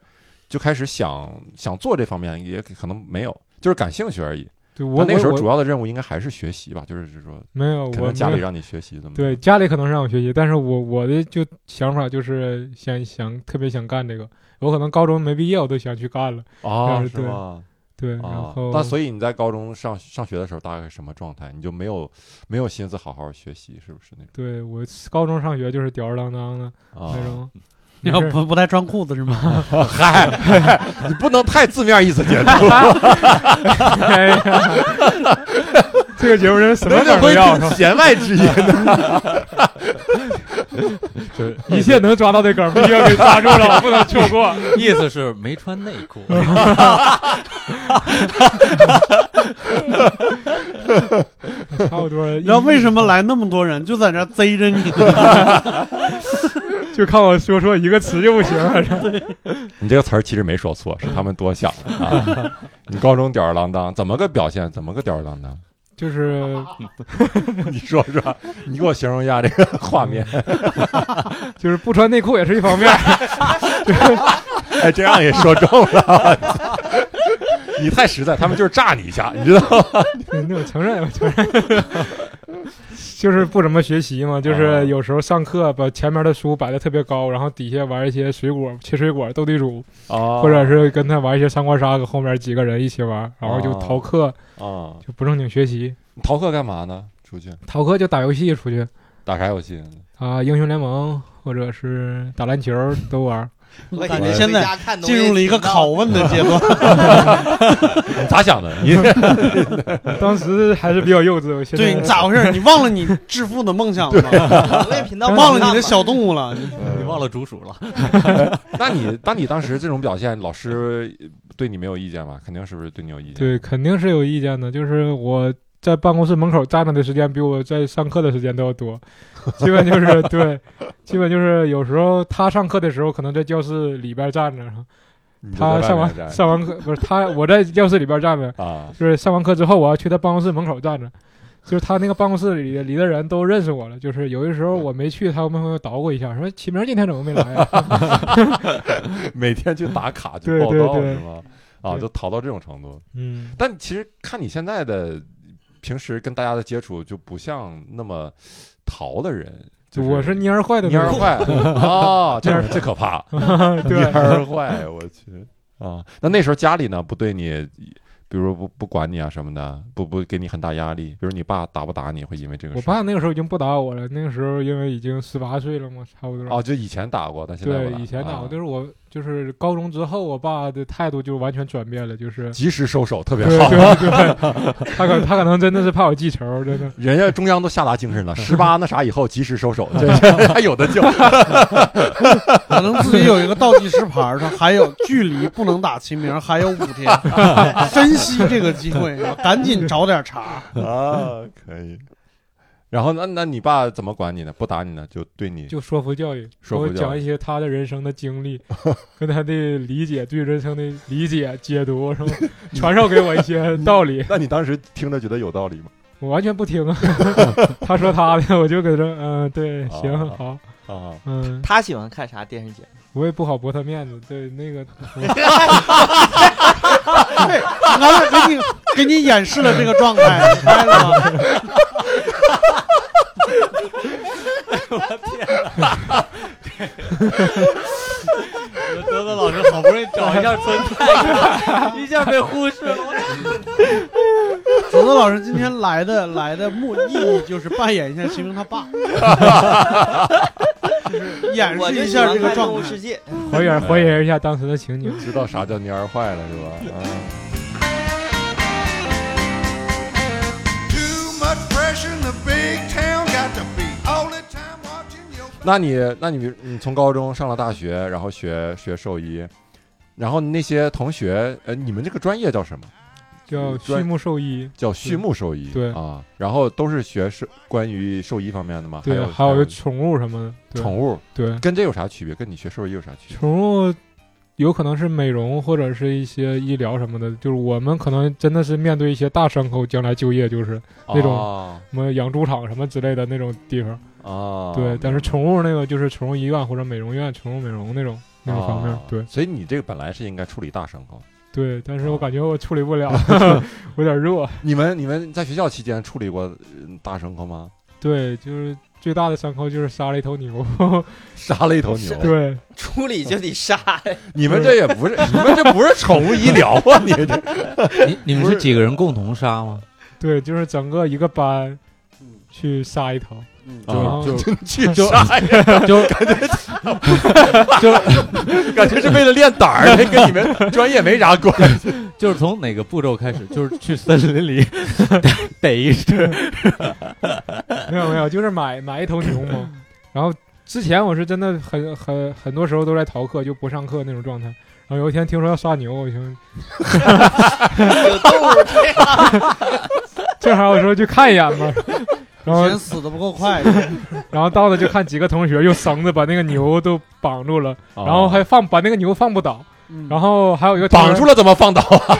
就开始想想做这方面，也可能没有，就是感兴趣而已。
对
那
我
那个时
我
候
我
主要的任务应该还是学习吧，就是就是说，
没有，我
可能
没
家
有
里让你学习怎么
对家里可能是让我学习，但是我我的就想法就是想想特别想干这个，我可能高中没毕业我都想去干了，
啊
对
是吗？
对，然
啊
后，
那所以你在高中上上学的时候大概什么状态？你就没有没有心思好好学习，是不是那种？
对我高中上学就是吊儿郎当的
啊
那 [LAUGHS] 种，
你
没
要
事
不不带穿裤子是吗？
嗨， [LAUGHS] 你不能太字面意思
[LAUGHS]
解读，
哎呀 [LAUGHS] 这个节目真是什么
人家
梗都
会
要，是吧
弦外之音。
[LAUGHS] 一切能抓到的梗儿一定要给抓住了， [LAUGHS] 不能错过。
[LAUGHS] 意思是没穿内裤，
差不多，
[LAUGHS] 你知道为什么来那么多人，就在那儿贼着 [LAUGHS] 你？
么？就看我说错一个词就不行了，是吧
你这个词儿其实没说错，是他们多想了啊。 [LAUGHS] 你高中吊儿郎当，怎么个表现？怎么个吊儿郎当？ [LAUGHS]
就是
你说说，你给我形容一下这个画面。
就是不穿内裤也是一方面， [LAUGHS]
哎，这样也说中了。 [LAUGHS] 你太实在，他们就是炸你一下，你知道吗？
嗯那我承认，我承认， [LAUGHS] 就是不怎么学习嘛，就
啊
是有时候上课把前面的书摆的特别高，然后底下玩一些水果、切水果、斗地主，
啊
或者是跟他玩一些三国杀，跟后面几个人一起玩，然后就逃课，
啊，
就不正经学习，
你逃课干嘛呢？出去
逃课就打游戏出去
打啥游戏？
啊，英雄联盟或者是打篮球都玩。
我
感
觉
以为
现在
回家看东西
进入了一个拷问的阶段。
你咋想 [LAUGHS] 的？你
[LAUGHS] 当时还是比较幼稚，我现
[LAUGHS]
在
对，你咋回事？你忘了你致富的梦想了吗？
农业频道，
[LAUGHS] 忘了你的小动物 [LAUGHS] 了？你
你忘了竹鼠了？
那你当你当时这种表现，老师对你没有意见吧？肯定是不是对你有意见？
对，肯定是有意见的。就是我在办公室门口站着的时间比我在上课的时间都
[LAUGHS]
要多，基本就是对，基本就是有时候他上课的时候可能在教室里边站着，
你就在外
他
面
上
站
完上完课不是他我在教室里边站着，
啊
就是上完课之后我要去他办公室门口站着。就是他那个办公室里的里的人都认识我了，就是有的时候我没去，他们会捣鼓一下，说启明今天怎么没来
[LAUGHS]
啊？
每天去打卡去
对
报
对
道
对
是吗？啊，
对
就逃到这种程度。
嗯，
但其实看你现在的平时跟大家的接触，就不像那么逃的人。就
我是蔫儿坏的
蔫
那
儿
种，
坏啊，这样最可怕，
对
[LAUGHS] 蔫儿坏，我去啊！那那时候家里呢不对你比如不不管你啊什么的，不不给你很大压力，比如你爸打不打你，会因为这个
我
事儿。
爸那个时候已经不打我了，那个时候因为已经十八岁了嘛，差不多。
哦，就以前打过，但现在
对
不，打
以前打
啊
过，就是我就是高中之后，我爸的态度就完全转变了，就是
及时收手，特别
对
好。
对对，他可他可能真的是怕我记仇，真的。
[LAUGHS] 人家中央都下达精神了，十八那啥以后及时收手，这这 [LAUGHS] 还有的救。
可能自己有一个倒计时牌儿，说还有距离不能打齐名，还有五天， [LAUGHS] 珍惜这个机会，赶紧找点茬。
[LAUGHS] 啊，可以。然后那那你爸怎么管你呢？不打你呢，就对你
就说服教育，给
说
我
服教
讲
育
一些他的人生的经历，跟他的理解，对人生的理解解读，
[LAUGHS]
是吧？传授给我一些道理，
那你当时听着觉得有道理吗？
我完全不听啊。 [LAUGHS] 他说他的，我就搁这，嗯，对，行，
哦
好，
啊，
嗯，
他喜欢看啥电视节目？
我也不好驳他面子，对，那个
对， [LAUGHS] 俺俩给你给你演示了这个状态，明白了吗？
德德老师好不容易找一下存在 [LAUGHS] 感，一下被忽视了。
子子老师今天来的来的目意义就是扮演一下秦明他爸，就是演
我就
示一
喜
下
欢
这
看
个
《动
状
物
态 [LAUGHS]
世。界》。
还
哎
原还原一下当时的情景。
知道啥叫蔫儿坏了是吧？啊。那你，那你，你从高中上了大学，然后学学兽医，然后那些同学，呃，你们这个专业叫什么？
叫畜
专
牧兽医，
叫畜牧兽医，
对
啊，然后都是学是关于兽医方面的吗？
对，
有
还
还
有宠物什么的，对
宠物，
对，
跟这有啥区别？跟你学兽医有啥区别？
宠物有可能是美容或者是一些医疗什么的，就是我们可能真的是面对一些大伤口，将来就业就是那种
啊
什么养猪场什么之类的那种地方，
啊，
对，但是
宠。
宠物那个就是宠物医院或者美容院、宠物美容那种。那种方面
啊，
对
所以你这个本来是应该处理大伤口。
对，但是
啊
我感觉我处理不了，我有点弱。
你们你们在学校期间处理过嗯大伤口吗？
对，就是最大的伤口就是杀了一头牛，
杀了一头牛。
[LAUGHS] 对，
处理就得杀
啊
呀，
你们这也不是，你们这不是宠物医疗啊！你这
[LAUGHS] 你你们是几个人共同杀吗？
对，就是整个一个班
嗯
去杀一头，
嗯
然
啊
后
就
[LAUGHS]
去
就
杀呀，
就
感觉是为了练胆儿，这跟你们专业没啥关 [LAUGHS] 系。
就是从哪个步骤开始？就是去森林里逮一只，
[LAUGHS] 没有没有，就是买买一头牛嘛。然后之前我是真的很很很多时候都在逃课，就不上课那种状态。然后有一天听说要杀牛，我就 [LAUGHS]
有动物这样。
正好我说去看一眼吧。然
呃
后
嫌死的不够快，
[LAUGHS]
然后到了就看几个同学用绳子把那个牛都绑住了，
哦
然后还放把那个牛放不倒。
嗯
然后还有一个同学
绑住了怎么放倒啊？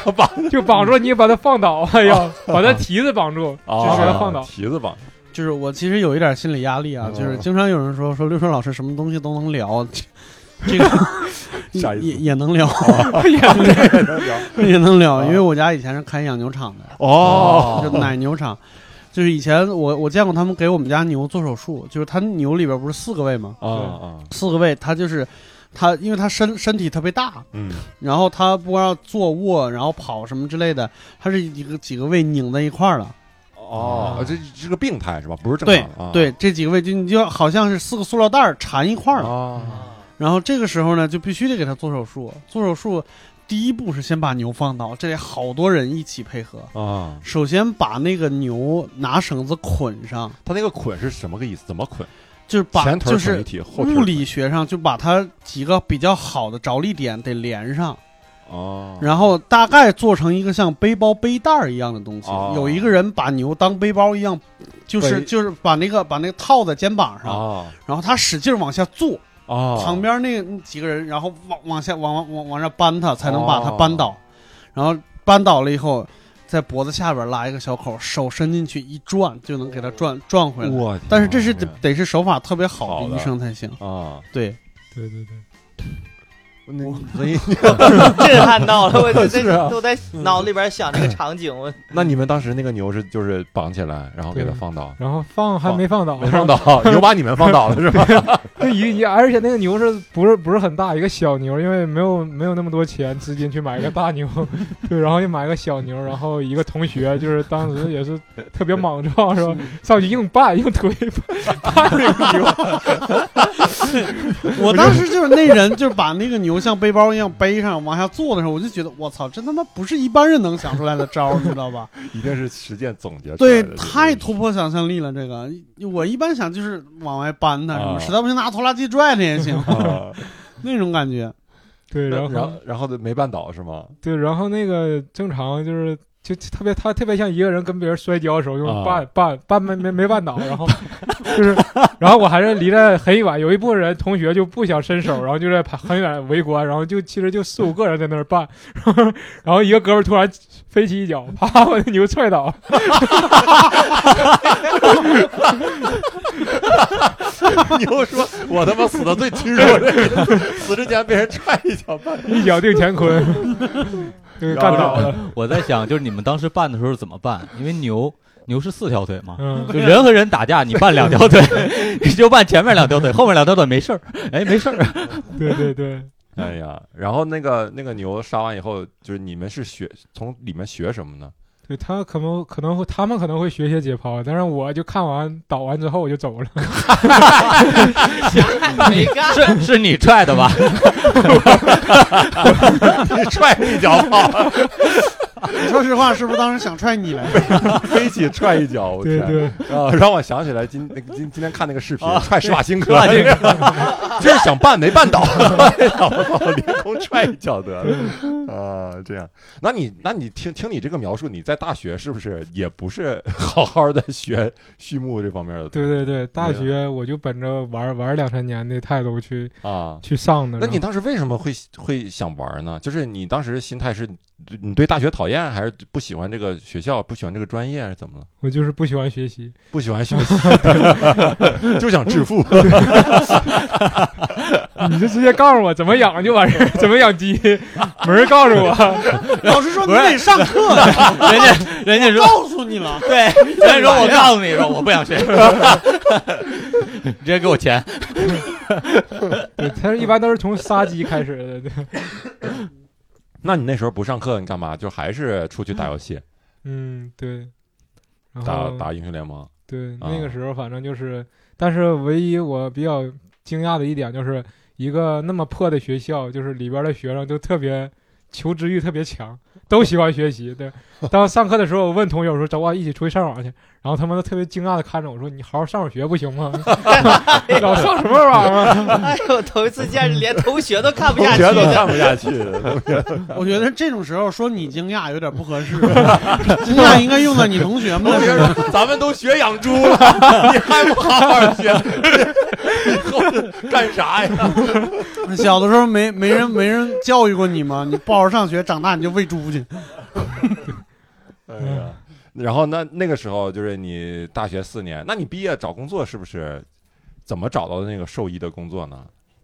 就绑住了你也把它放倒，哎呀，把它蹄子绑住，就是把它放倒。
哦蹄子绑。
就是我其实有一点心理压力啊，
嗯
就是经常有人说说六顺老师什么东西都能聊，这个
下一次
也也能聊，
[LAUGHS] 这能聊
也能聊，
啊
因为我家以前是开养牛场的，
哦，
[LAUGHS] 就奶牛场，就是以前我我见过他们给我们家牛做手术，就是它牛里边不是四个胃吗？
啊啊，
四个胃，它就是它，因为它身身体特别大，
嗯
然后它不光要坐卧，然后跑什么之类的，它是一个几个胃拧在一块儿了。
哦，这是个病态是吧？不是正
对
常的啊。
对，这几个位就你就好像是四个塑料袋儿缠一块儿了。
啊，
然后这个时候呢，就必须得给他做手术。做手术第一步是先把牛放倒，这得好多人一起配合。
啊，
首先把那个牛拿绳子捆上，
他那个捆是什么个意思？怎么捆？
就是把
前腿
就
儿捆一
是
体，后腿儿
物
捆
理学上就把它几个比较好的着力点得连上。
哦，
然后大概做成一个像背包背带儿一样的东西。
哦
有一个人把牛当背包一样，就是
背
就是把那个把那个套在肩膀上，
啊
然后他使劲儿往下坐，
啊，
旁边那几个人，然后往往下往往往往上搬他，才能把他
哦
扳倒。然后扳倒了以后，在脖子下边拉一个小口，手伸进去一转就能给他转转回来。
我天啊，
但是这是得得是手法特别好
好
的
的
医生才行。
啊，
对，
对对对，
那所以
[LAUGHS] 震撼到了，我
[LAUGHS]
这
是啊
这都在脑里边想这个场景，我
那你们当时那个牛是就是绑起来，然后给它
对
放倒，
然后放还
放
没放倒，
[LAUGHS] 没放 [LAUGHS] 倒，牛把你们放倒了是吧？
[LAUGHS] 那一一，而且那个牛是不是不是很大一个小牛，因为没有没有那么多钱资金去买一个大牛， [LAUGHS] 对，然后就买个小牛，然后一个同学就是当时也是特别莽撞，是吧？上去硬掰硬推， [LAUGHS] 掰那个牛，
[LAUGHS] 我当时就是那人，就是把那个牛像背包一样背上往下坐的时候，我就觉得我操，这他妈不是一般人能想出来的招儿，你知道吧？
[LAUGHS] 一定是实践总结出来
[LAUGHS] 对
的，这，个
太突破想象力了。这个我一般想就是往外搬它，什
啊
么实在不行拿拖拉机拽它也 [LAUGHS] 行，
啊
那种感觉。
对，然
[LAUGHS] 然
后
后然后没绊倒是吗？ [LAUGHS]
对，然后那个正常就是。就特别，他特别像一个人跟别人摔跤的时候，就是
啊
绊绊绊没没没绊倒，然后就是，然后我还是离得很远，有一部分人同学就不想伸手，然后就在旁很远围观，然后就其实就四五个人在那儿绊，然后然后一个哥们儿突然飞起一脚，啪把那牛踹倒，
牛说：“我他妈死的最屈弱，死之前被人踹一脚 [LAUGHS] 绊
一脚定乾坤，就给干倒了。
我在想，就是你们当时办的时候怎么办？因为牛牛是四条腿
[LAUGHS]
嘛，
嗯，
啊
就人和人打架，你绊两条腿， [LAUGHS] 你就绊前面两条腿，后面两条腿没事儿，哎，没事儿，
对对对，
哎呀，然后那个那个牛杀完以后，就是你们是学从里面学什么 [LAUGHS] 呢？
对他可能可能会他们可能会学些解剖，但是我就看完倒完之后我就走了。
啊没干。
是是你踹的吧？
你踹一脚跑，
你说实话，是不是当时想踹你来 [LAUGHS] 着？
[LAUGHS] 飞起踹一脚，我
对
天！
对，
[LAUGHS] 啊，让我想起来今那个今今天看那个视频，踹啊施瓦辛格，
对
[LAUGHS]
施
就是想绊没绊倒， [LAUGHS] 然后凌空踹一脚得了。啊，这样，那你那你听听你这个描述，你在大学是不是也不是好好的学畜牧这方面的？
对对对，大
没有
学我就本着玩玩两三年的态度去
啊。
去上的。
那你
然后
当时为什么会会想玩呢？就是你当时心态是，你对大学讨厌，还是不喜欢这个学校，不喜欢这个专业，还是怎么了？
我就是不喜欢
[LAUGHS]
学习， [LAUGHS]
不喜欢学习， [LAUGHS] 就想致富。
你就直接告诉我怎么养就完事儿，怎么养
[LAUGHS]
鸡，没人告诉我。
老师说你得上课，
[LAUGHS] 人家人家说
告诉你了。
对，人家说我告诉你说我不想
[LAUGHS]
学，你直接给我钱，
对，他一般都是从杀鸡开始的。对，
那你那时候不上课，你干嘛？就还是出去打游戏，
嗯，对。然
打
后
打英雄联盟
对
啊
那个时候反正就是，但是唯一我比较惊讶的一点就是，一个那么破的学校，就是里边的学生都特别求知欲特别强，都喜欢学习。
[LAUGHS]
对，当上课的时候，我问同学我说：“走啊，一起出去上网去。”然后他们都特别惊讶的看着我说：“你好好上会儿学不行吗？ [LAUGHS] 老上什么网啊 [LAUGHS]
哎呦，头一次见着连同学都看不
同
下去
学都
的，
看不下去。
[LAUGHS]
我觉得这种时候说你惊讶有点不合 [LAUGHS] 适，惊讶应该用在你同学们
同
的
学
身上。
说：“咱们都学养猪了，你还不好好学， [LAUGHS] 以后干啥呀
小的时候没没人没人教育过你吗？你不好好上学，长大你就喂猪去。？”
嗯
哎呀，然后那那个时候就是你大学四年，那你毕业找工作是不是怎么找到的那个兽医的工作呢？？”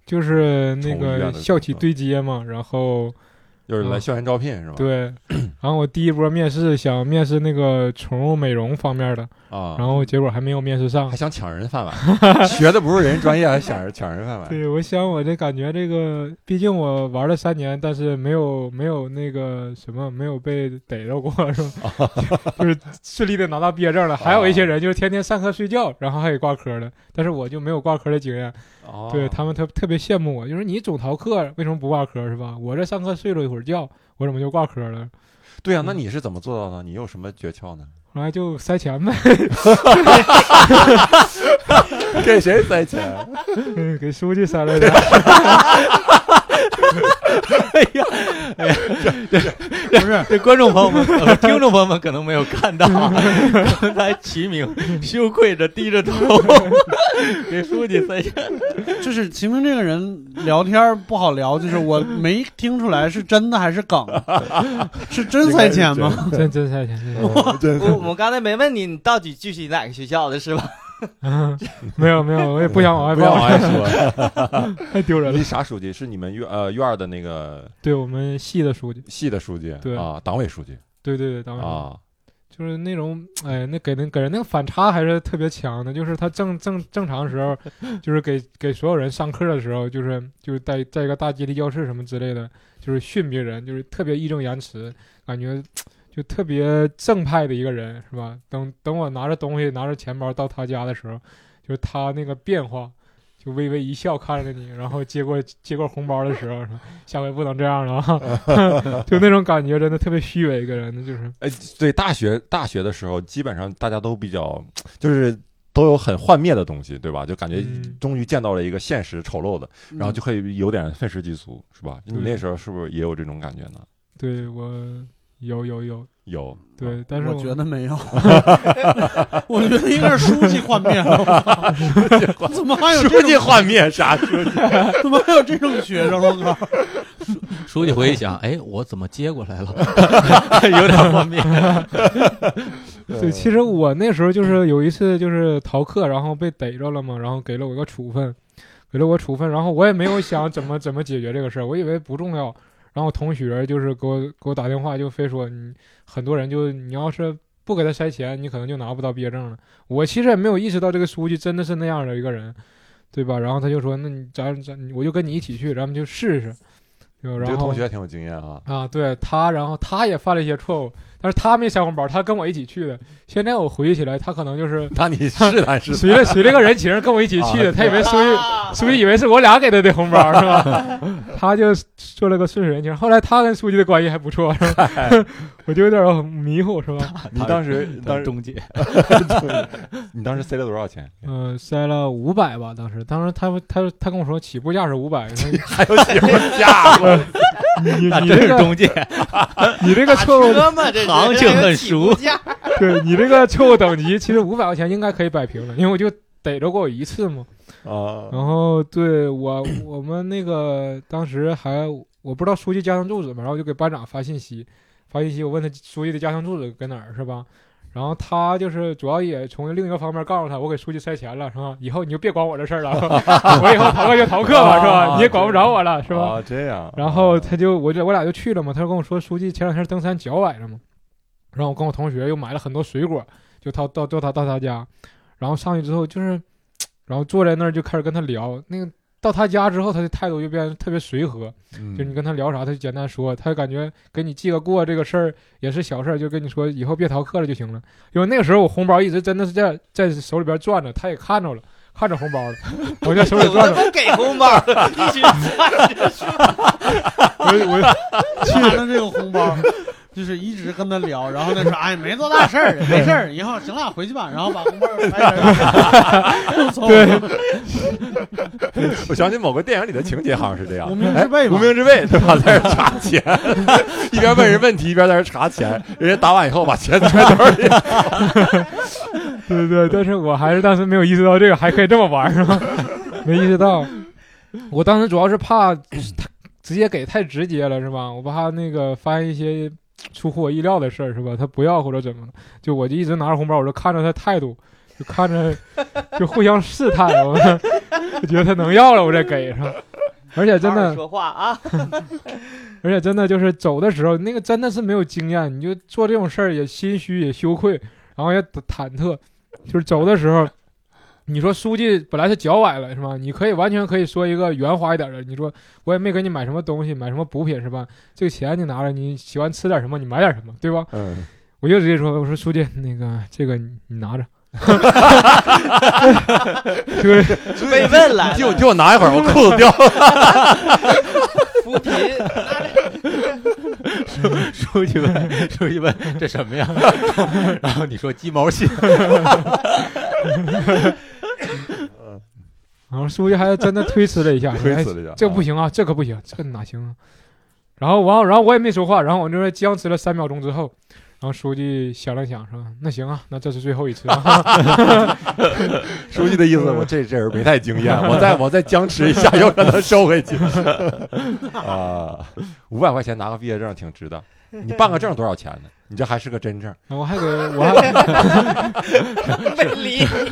就是
宠
那
物医院
个
的
校企
工作
对接嘛，然后
就是来
嗯
校园招聘是吧？
对，然后我第一波面试想面试那个宠物美容方面的，
啊，
然后结果还没有面试上
还。想抢人饭
[LAUGHS]
碗，学的不是人专业，还想着抢人饭碗。
对，我想我这感觉这个，毕竟我玩了三年，但是没有没有那个什么，没有被逮着过，是吧？
[LAUGHS]
就是顺利的拿到毕业证了。还有
啊
一些人就是天天上课睡觉，然后还给挂科了，但是我就没有挂科的经验。
哦
对他们特特别羡慕我，就是你总逃课，为什么不挂科是吧？我这上课睡了一会儿觉，我怎么就挂科了？
对啊，
嗯
那你是怎么做到的？你有什么诀窍
[LAUGHS]
呢？
后来就塞钱呗， [LAUGHS]
给谁塞钱？
嗯给书记塞了点。
不是，
这观众朋友们、呃听众朋友们可能没有看到，啊
[LAUGHS]
刚才齐明羞愧着低着头给书记塞钱。
[LAUGHS] 就是秦明这个人聊天不好聊，就是我没听出来是真的还是 [LAUGHS] 梗，是真塞钱吗？
[LAUGHS] 真真塞钱，真塞钱 [LAUGHS]
真
我我刚才没问你，你到底具体哪个学校的是吧？
嗯没有没有，我也不想往外
不要往
表，
外说。
太 [LAUGHS] 丢人了
你。啥书记？是你们院呃院儿的那个
对我们系的书记，
系的书记，
对嗯
啊，党委书记
对对对，当然、
啊，
就是那种，哎，那给人给人那个反差还是特别强的。就是他正正正常时候，就是给给所有人上课的时候，就是就是在在一个大阶梯教室什么之类的，就是训别人，就是特别义正言辞，感觉就特别正派的一个人，是吧？等等我拿着东西拿着钱包到他家的时候，就是他那个变化。就微微一笑看着你，然后接过接过红包的时候，说下回不能这样了啊！ [LAUGHS] 就那种感觉，真的特别虚伪，给人的就是。
哎，对，大学大学的时候，基本上大家都比较，就是都有很幻灭的东西，对吧？就感觉
嗯
终于见到了一个现实丑陋的，
嗯
然后就会有点愤世嫉俗，是吧？你
对
那时候是不是也有这种感觉呢？
对我有有有， [LAUGHS]
有，
对，但是
我觉得
[LAUGHS]
没有，我觉得应该是书记幻灭了。我操怎么还有这
书记
种？
幻灭啥书记？
怎么还有这种学生？啊我靠！
书记回一想，哎，我怎么接过来了？ [LAUGHS] 有点方便。
[LAUGHS] 对，其实我那时候就是有一次就是逃课，然后被逮着了嘛，然后给了我个处分，给了我处分，然后我也没有想怎么 [LAUGHS] 怎么解决这个事儿，我以为不重要。然后我同学就是给我给我打电话，就非说你很多人就你要是不给他塞钱，你可能就拿不到毕业证了。我其实也没有意识到这个书记真的是那样的一个人，对吧？然后他就说，那你咱咱我就跟你一起去，咱们就试试。对
你
吧然
这个
后
同学挺有经验啊。
啊，对他，然后他也犯了一些错误，但是他没塞红包，他跟我一起去的。现在我回忆起来，他可能就是
那你试探
[LAUGHS]
试探，
随着随着个人情跟我一起
啊
去的，他以为苏玉苏玉以为是我俩给他的红包是吧？ [LAUGHS] 他就做了个顺水人情。后来他跟书记的关系还不错，是
[LAUGHS]
吧？我就有点迷糊是吧？ [LAUGHS]
你当时当时 [LAUGHS]
中介，
你当时塞了多少钱？ [LAUGHS]
嗯、塞了五百吧，当时当时他他他跟我说起步价是五
[LAUGHS]
百，
还有起步价
[LAUGHS]
吗？
你
那
你
真
这
是
个
中介。
你这个错误
车嘛，这是
行情很
[LAUGHS]
还有起步
熟
价
对你这个错误等级，其实五百块钱应该可以摆平了，因为我就逮着过我一次嘛。
啊，
然后对我我们那个当时还我不知道书记家庭住址嘛，然后我就给班长发信息，发信息我问他书记的家庭住址搁哪儿是吧？然后他就是主要也从另一个方面告诉他，我给书记塞钱了是吧？以后你就别管我这事儿了， [LAUGHS] 我以后逃课就逃课吧是吧？
啊
你也管不着我了是吧？
啊，这样。啊
然后他就我就我俩就去了嘛，他就跟我说书记前两天登山脚崴了嘛，然后我跟我同学又买了很多水果，就他到到他到他家，然后上去之后就是，然后坐在那儿就开始跟他聊那个。到他家之后，他的态度就变得特别随和，
嗯
就是你跟他聊啥，他就简单说，他感觉给你记个过这个事儿也是小事儿，就跟你说以后别逃课了就行了。因为那个时候我红包一直真的是在在手里边攥着，他也看着了，看着红包了，我在手里
有
攥
的
着，
不给红包，
[LAUGHS]
一直
我
[LAUGHS]
我
看他这个红包，就是一直跟他聊，然后他说：“哎，没多大事儿，没事儿，以后行了，回去吧。”然后把红包揣着。 [LAUGHS]
对，
[LAUGHS] 我想起某个电影里的情节，好像是这样。
无名之辈
哎
嘛
无名之辈，对吧？在这儿查钱， [LAUGHS] 一边问人问题，一边在这儿查钱。人家答完以后，把钱揣兜里。
[LAUGHS] 对对，但是我还是当时没有意识到这个还可以这么玩儿，是吧？没意识到，我当时主要是怕他直接给太直接了，是吧？我怕那个发现一些出乎我意料的事儿，是吧？他不要或者怎么的，就我就一直拿着红包，我就看着他态度，就看着就互相试探，我我 [LAUGHS] 觉得他能要了，我再给是吧？而且真
好好
的，
说话啊，
[LAUGHS] 而且真的就是走的时候，那个真的是没有经验，你就做这种事儿也心虚也羞愧，然后也忐忑，就是走的时候，你说书记本来是脚崴了是吧？你可以完全可以说一个圆滑一点的，你说我也没给你买什么东西，买什么补品是吧？这个钱你拿着，你喜欢吃点什么你买点什么，对吧？
嗯，
我就直接说，我说书记那个这个你你拿着，就是
被问来
替我
了，
替我拿一会儿，我裤子掉了。 [LAUGHS]
[LAUGHS]
扶贫，
书记问，书记问这什 [LAUGHS] 么呀？然后你说鸡毛信，
然后书记还真的推辞了一下，
[LAUGHS] 推辞了一下
这不行啊，这可不行，这哪行啊？然后完，然后我也没说话，然后我就是僵持了三秒钟之后，然后书记想了想说：“那行啊，那这是最后一
[LAUGHS]
次、啊。
书记的意思，我这这人没太经验，我再我再僵持一下， [LAUGHS] 又让他收回去。啊，五百块钱拿个毕业证挺值的。你办个证多少钱呢？你这还是个真证，
我还给我还
没理
是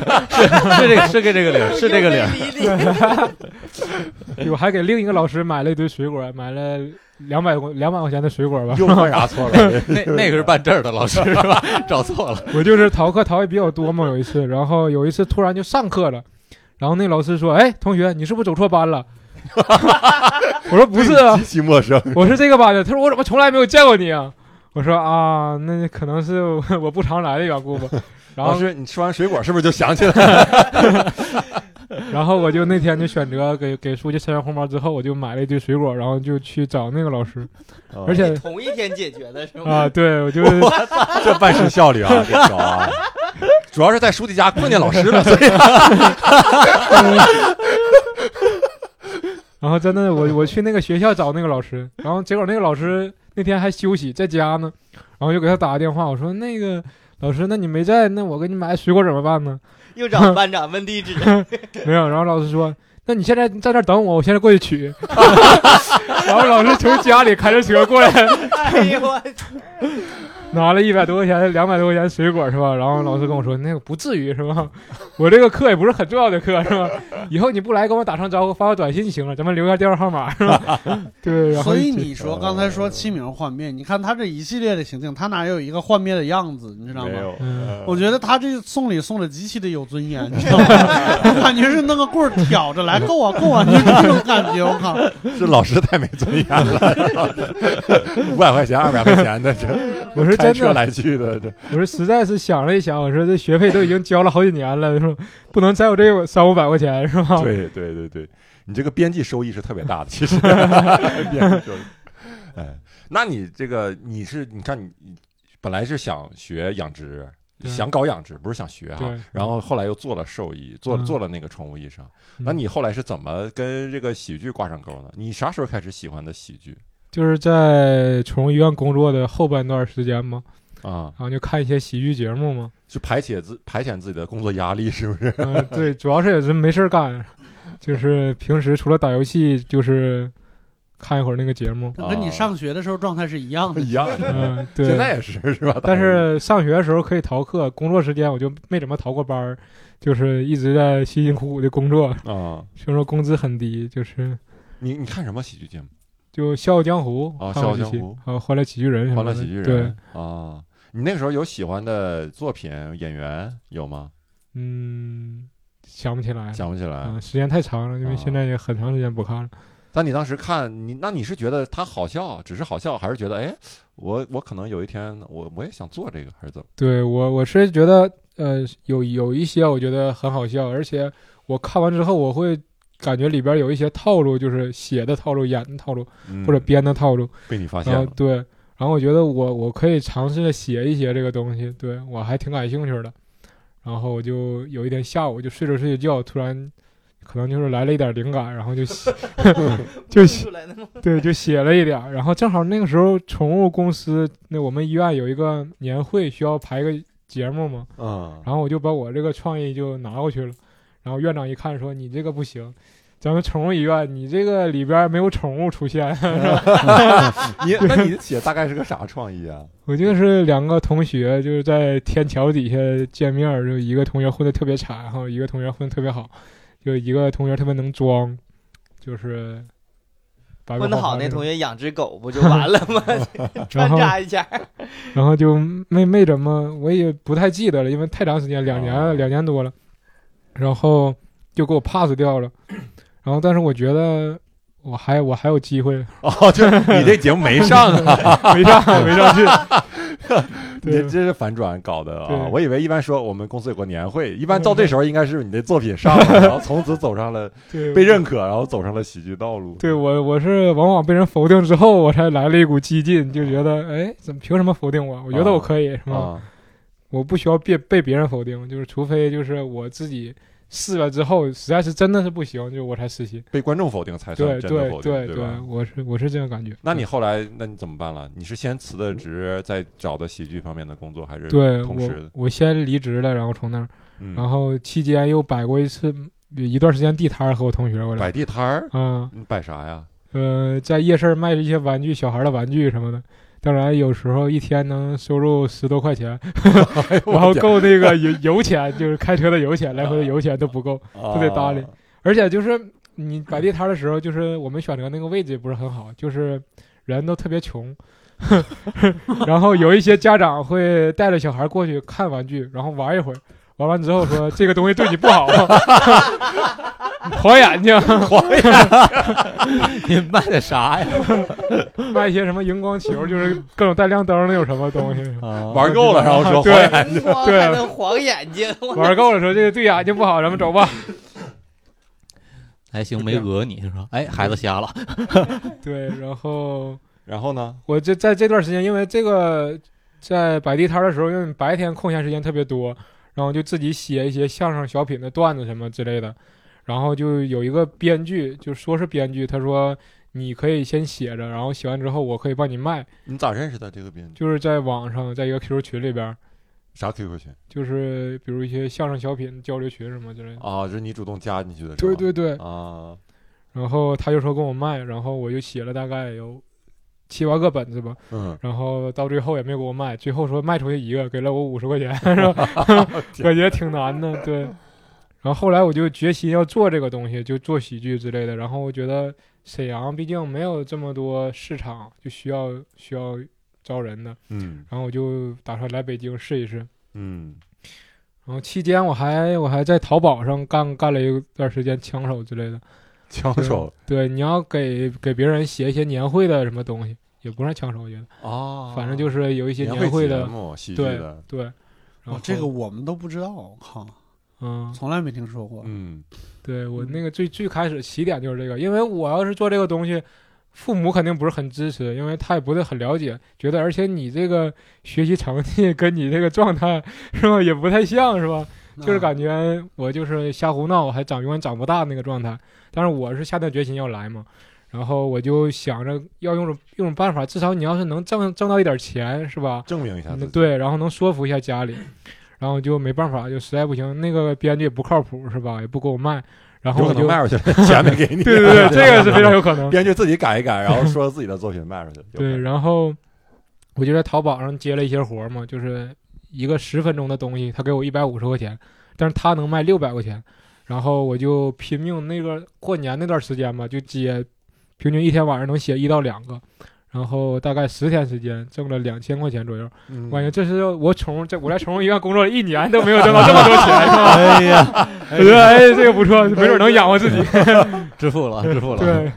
这个是个这个理 [LAUGHS] 儿，是这个理儿。
我还给另一个老师买了一堆水果，买了两百两百块钱的水果吧。
又犯啥错了？
[LAUGHS] 那那个是办证儿的老师是吧？找
[LAUGHS]
错了，
我就是逃课逃的比较多嘛，有一次，然后有一次突然就上课了，然后那老师说：“哎，同学，你是不是走错班了？” [LAUGHS] 我说：“不是啊，
极其陌生。 [LAUGHS]
我是这个班的。”他说：“我怎么从来没有见过你啊？”我说：“啊，那可能是 [LAUGHS] 我我不常来的缘
[LAUGHS]
故吧。”然
老
后，
师，你吃完水果是不是就想起
[LAUGHS]
来了？
然后我就那天就选择给给书记塞完红包之后，我就买了一堆水果，然后就去找那个老师，
哦
哦
而且
同一天解决的是吗？
[LAUGHS]
啊，对我就
这办事效率啊，这个 [LAUGHS] 啊，主要是在书记家碰见老师 [LAUGHS] 了，所以
[LAUGHS] 然后真的，我我去那个学校找那个老师，然后结果那个老师那天还休息在家呢，然后就给他打个电话，我说那个老师，那你没在，那我给你买水果怎么办呢？
又找班长问
[LAUGHS]
地址，
没有，然后老师说，那你现在在那儿等我，我现在过去取。然后老师从家里开着车过来，
哎呦我
拿了一百多块钱、两百多块钱水果是吧？然后老师跟我说，那个不至于是吧？ [LAUGHS] 我这个课也不是很重要的课是吧？以后你不来跟我打声招呼，发个短信就行了，咱们留下电话号码是吧？ [LAUGHS] 对，然后
所以
就
你说刚才说七名幻灭，你看他这一系列的行径，他哪有一个幻灭的样子，你知道吗？
呃
嗯
我觉得他这送礼送的极其的有尊严，你知道吗？ [LAUGHS] 我感觉是弄个棍儿挑着来，够啊够啊，就是这种感觉。我靠，
是老师太没尊严了， [LAUGHS] 五百块钱、二百块钱的，这
我是
开
真
车
的。
来去的，这
我说实在是想了一想，我说这学费都已经交了好几年了，说不能再有这个三五百块钱是吧？
对对对对，你这个边际收益是特别大的，
[LAUGHS]
其实边际收益。哎，那你这个你是你看你你本来是想学养殖，
对
想搞养殖，不是想学哈
对。
然后后来又做了兽医，做
嗯
做了那个宠物医生。
嗯
那你后来是怎么跟这个喜剧挂上钩呢？你啥时候开始喜欢的喜剧
就是在宠物医院工作的后半段时间嘛，
啊？
然后就看一些喜剧节目嘛。
就排解自排遣自己的工作压力，是不是？ [LAUGHS]
嗯、对，主要是也是没事儿干，就是平时除了打游戏，就是看一会儿那个节目。
跟你上学的时候状态是一样的。
一样的，
嗯、对。
[LAUGHS] 现在也是是吧？
但是上学的时候可以逃课，工作时间我就没怎么逃过班儿，就是一直在辛辛苦苦的工作，
啊，
虽然说工资很低，就是
你你看什么喜剧节目？
就《笑傲江湖》
哦
看
笑
过
傲
几
江
期
湖
还有《欢乐喜剧人》什
《
么
欢
的
乐喜剧人》
对，
啊。你那个时候有喜欢的作品演员有吗？
嗯，想不起来了，
想不起来啊
嗯，。时间太长了，因为现在也很长时间不看了。
但你当时看你，那你是觉得他好笑，只是好笑，还是觉得哎，我我可能有一天我我也想做这个，还是怎么？
对我，我是觉得呃，有有一些我觉得很好笑，而且我看完之后，我会感觉里边有一些套路，就是写的套路、演的套路
嗯
或者呃编的套路，
被你发现
然后
了
对，然后我觉得我我可以尝试着写一写这个东西，对我还挺感兴趣的。然后我就有一天下午就睡着睡着觉，突然可能就是来了一点灵感，然后就写 [LAUGHS] [LAUGHS] 就写
出来的吗？
对，就写了一点儿。然后正好那个时候，宠物公司那我们医院有一个年会，需要排个节目嘛，
嗯，
然后我就把我这个创意就拿过去了。然后院长一看说：“你这个不行，咱们宠物医院你这个里边儿没有宠物出现。 [LAUGHS]
你那你写大概是个啥创意啊？” [LAUGHS]
我就是两个同学就是在天桥底下见面儿，就一个同学混得特别惨，然后一个同学混得特别好，就一个同学特别能装，就是白白
混得
花
好
花
那
这种
同学 [LAUGHS] 养只狗不就完了吗？ [LAUGHS]
嗯
穿
然后
插一下，
然后就没没怎么，我也不太记得了，因为太长时间，两年了，
哦
两年多了，然后就给我 pass 掉了。然后，但是我觉得我还我还有机
[LAUGHS]
会，
哦，就是你这节目没上啊，
没上没上去。
你这这
对
是反转搞的啊！
对
我以为一般说我们公司有个年会，一般到这时候应该是你的作品上
[LAUGHS]
了，然后从此走上了
对，
被认可，然后走上了喜剧道路。
对我我是往往被人否定之后，我才来了一股激进，就觉得哎，怎么凭什么否定我？我觉得我可以，是吗？
啊，
我不需要被被别人否定，就是除非就是我自己试了之后，实在是真的是不行，就我才实习。
被观众否定才算
对
真的
对
否定，
对
吧？
我是我是这样感觉。
那你后来，那你怎么办了？你是先辞的职，再找的喜剧方面的工作，还是
对
同
我
时？，
我先离职了，然后从那儿，
嗯，
然后期间又摆过一次一段时间地摊儿，和我同学我俩
摆，地摊儿，
啊、
你摆啥呀？
呃，在夜市卖一些玩具，小孩儿的玩具什么的，当然有时候一天能收入十多块钱，然后够那个油油钱，就是开车的油钱，来回的油钱都不够，都得搭理。而且就是你摆地摊的时候，就是我们选择那个位置不是很好，就是人都特别穷，然后有一些家长会带着小孩过去看玩具，然后玩一会儿，玩完之后说这个东西对你不好， [LAUGHS] 晃眼睛，晃眼
睛，你卖的啥呀？
[LAUGHS] 卖一些什么荧光球，就是各种带亮灯的有什么东西，
哦
[LAUGHS]
玩够了然后说
对
[LAUGHS]
晃眼睛
对，
还能晃眼睛，
玩够了说这个对眼睛不好，咱们走吧。 [LAUGHS]
还哎行，没讹你是吧？哎，孩子瞎了，
对，然后
然后呢？
我这在这段时间，因为这个在摆地摊的时候，因为白天空闲时间特别多，然后就自己写一些相声小品的段子什么之类的。然后就有一个编剧，就说是编剧，他说你可以先写着，然后写完之后我可以帮你卖，
你咋认识的这个编剧？
就是在网上，在一个 QQ 群里边儿，
啥 QQ 群？
就是比如一些相声小品交流群什么之类的。
啊，就是你主动加进去的是吧？
哦对对对，
啊，
然后他就说跟我卖，然后我就写了大概有七八个本子吧，
嗯，
然后到最后也没有给我卖，最后说卖出去一个，给了我五十块钱， [LAUGHS] 是吧？感觉挺难的，对。然后后来我就决心要做这个东西，就做喜剧之类的。然后我觉得沈阳毕竟没有这么多市场，就需要需要招人的。
嗯
然后我就打算来北京试一试。 [LAUGHS]
嗯，
然后期间我还我还在淘宝上干干了一段时间枪手之类的。
枪手
对，你要给给别人写一些年会的什么东西，也不算抢手，我觉得，
啊，
反正就是有一些
年
会
节
的，
目喜剧
对
的，
对。然
哦
后，
这个，我们都不知道，我靠，
嗯，
从来没听说过。
嗯
对我那个最最开始起点就是这个，因为我要是做这个东西，父母肯定不是很支持，因为他也不是很了解，觉得而且你这个学习成绩跟你这个状态 [LAUGHS] 是吧，也不太像是吧？
啊
就是感觉我就是瞎胡闹，还长永远长不大那个状态。但是我是下定决心要来嘛，然后我就想着要用种用种办法，至少你要是能挣挣到一点钱，是吧？
证明一下自
嗯
己。，
对，然后能说服一下家里，然后就没办法，就实在不行，那个编剧也不靠谱，是吧？也不给我卖，然后
有
我
可
就
能卖出去了，钱没给你。
[LAUGHS] 对
[LAUGHS]
对对，这个是非常有可能。
编剧自己改一改，
[LAUGHS]
然后说自己的作品卖出去。有可
对，
能，
然后我就在淘宝上接了一些活儿嘛，就是一个十分钟的东西，他给我一百五十块钱，但是他能卖六百块钱，然后我就拼命那个过年那段时间吧，就接，平均一天晚上能写一到两个，然后大概十天时间挣了两千块钱左右，
嗯
我感觉这是我宠这我在宠物医院工作了一年都没有挣到这么多钱，是吧？
哎呀，
我觉得哎这个不错，没准能养活自己。
致富了，致富了，
对，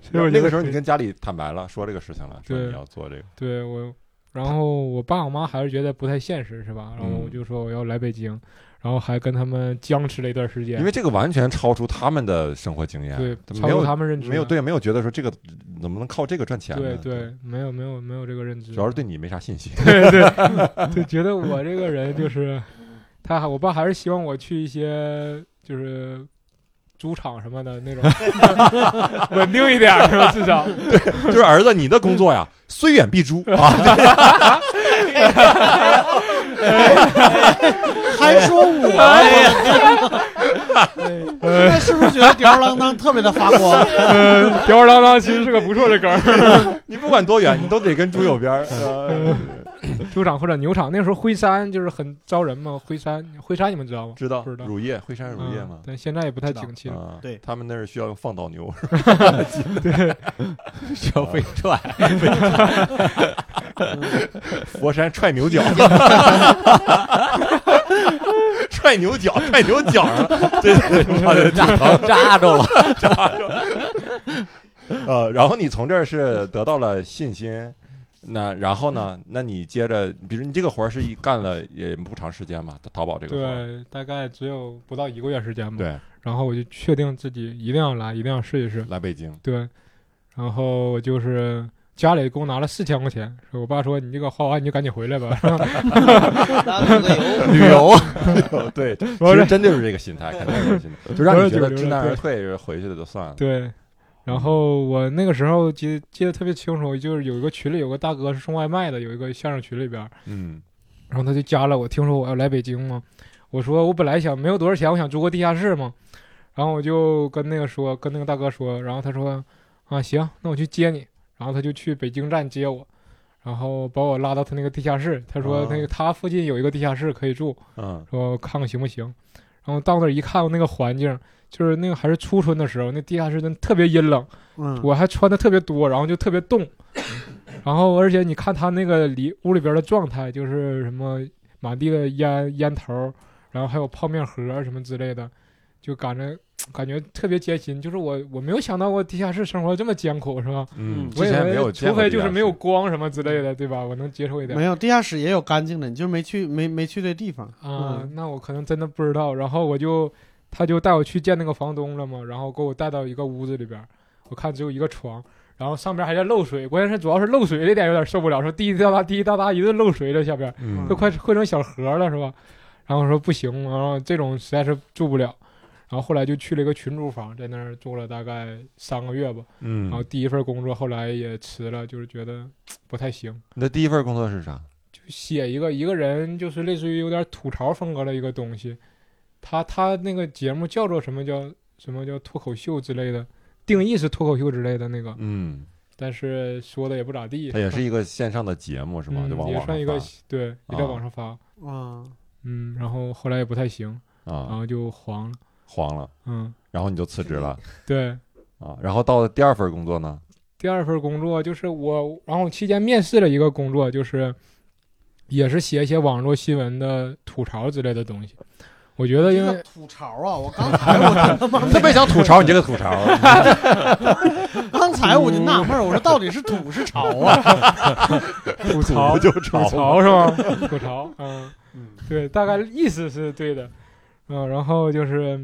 所以我
那
觉得
个时候你跟家里坦白了，说这个事情了，说你要做这个。
对我，然后我爸我妈还是觉得不太现实，是吧？然后
嗯
我就说我要来北京，然后还跟他们僵持了一段时间，
因为这个完全超出他们的生活经验，
对超
没
过
有
他们认知
没有
了
对没有觉得说这个怎么能靠这个赚钱
对
呢？
对，没有没有没有这个认知，
主要是对你没啥信
[LAUGHS]
心。 [LAUGHS]
对对就觉得我这个人就是，他还我爸还是希望我去一些就是。猪场什么
[LAUGHS]
的那种，稳定一点儿是吧？至少
就是儿子，你的工作呀，虽远必
[LAUGHS]
诛啊！
还说我，
哎
现在是不是觉得吊儿郎当特别的发
[LAUGHS]
光？
嗯，吊儿郎当其实是个不错的梗儿。 [LAUGHS]
你不管多远，你都得跟猪有边儿。呃
猪场或者牛场，那时候辉山就是很招人嘛。辉山，辉山你们知道吗？
知道
不知道
乳业，惠山乳业
嗯
吗？
但现在也不太景气了。
啊，
对
他们那儿需要用放倒牛，
消费踹，
佛山踹牛角，踹牛角，踹牛角上了，对对 [LAUGHS] 对，妈的
扎 [LAUGHS] 着了，
呃，然后你从这儿是得到了信心，那然后呢？那你接着，比如你这个活儿是一干了也不长时间嘛，淘宝这个活儿，
对，大概只有不到一个月时间吧。
对，
然后我就确定自己一定要来，一定要试一试。
来北 [LAUGHS] 京，
对，然后我就是家里给我拿了四千块钱，说我爸说你这个花完你就赶紧回来吧。
[LAUGHS]
当旅个游，
旅游，
对，其
我
实
这
真就是这个心态，肯定是这个心态， [LAUGHS] 就让你觉
我
得
是
知难而
对
退，回去了就算了。
对，然后我那个时候记记得特别清楚，就是有一个群里有个大哥是送外卖的，有一个相声群里边，
嗯，
然后他就加了我，听说我要来北京嘛，我说我本来想没有多少钱，我想租个地下室嘛，然后我就跟那个说，跟那个大哥说，然后他说啊行，那我去接你，然后他就去北京站接我，然然后把我拉到他那个地下室，他说
哦
那个他附近有一个地下室可以住，
嗯
说看看行不行。然后到那儿一看，那个环境就是那个还是初春的时候，那地下室真的特别阴冷，
嗯，
我还穿的特别多，然后就特别冻。然后而且你看他那个里屋里边的状态，就是什么满地的烟烟头，然后还有泡面盒什么之类的，就感觉感觉特别艰辛。就是我我没有想到过地下室生活这么艰苦，是吧？
嗯，
我
之
以
前没有
为
见过
除
地下室，
非就是没有光什么之类的，对吧？我能接受一点。
没有地下室也有干净的，你就没去没没去对地方
啊、
嗯
那我可能真的不知道。然后我就，他就带我去见那个房东了嘛，然后给我带到一个屋子里边儿，我看只有一个床，然后上边还在漏水，关键是主要是漏水这点有点受不了，说滴滴答答滴滴答答一顿漏水在下边儿，
嗯
都快汇成小河了是吧？然后我说不行，然后这种实在是住不了。然后后来就去了一个群租房，在那儿住了大概三个月吧。然后
嗯，
第一份工作后来也辞了，就是觉得不太行。
你的第一份工作是啥？
写一个一个人，就是类似于有点吐槽风格的一个东西。他他那个节目叫做什么叫什么叫脱口秀之类的，定义是脱口秀之类的那个，
嗯，
但是说的也不咋地。
它也是一个线上的节目是吗？
嗯
就往
也
网
算一
上
个
发
对，也在网上发。
啊。
嗯，然后后来也不太行，然
啊，
后就黄了。
黄了，
嗯，
然后你就辞职了
对。
啊，然后到了第二份工作呢？
第二份工作就是我，然后期间面试了一个工作，就是也是写一些网络新闻的吐槽之类的东西。我觉得因
这
为
个吐槽啊！我刚才我就他妈
嗯
特别想吐槽你这个吐槽，
刚才我就纳闷儿，我说到底是吐是潮啊？
[LAUGHS] 吐槽
吐就
吐
槽，
槽是吗？ [LAUGHS] 吐槽，嗯，对，大概意思是对的，嗯，然后就是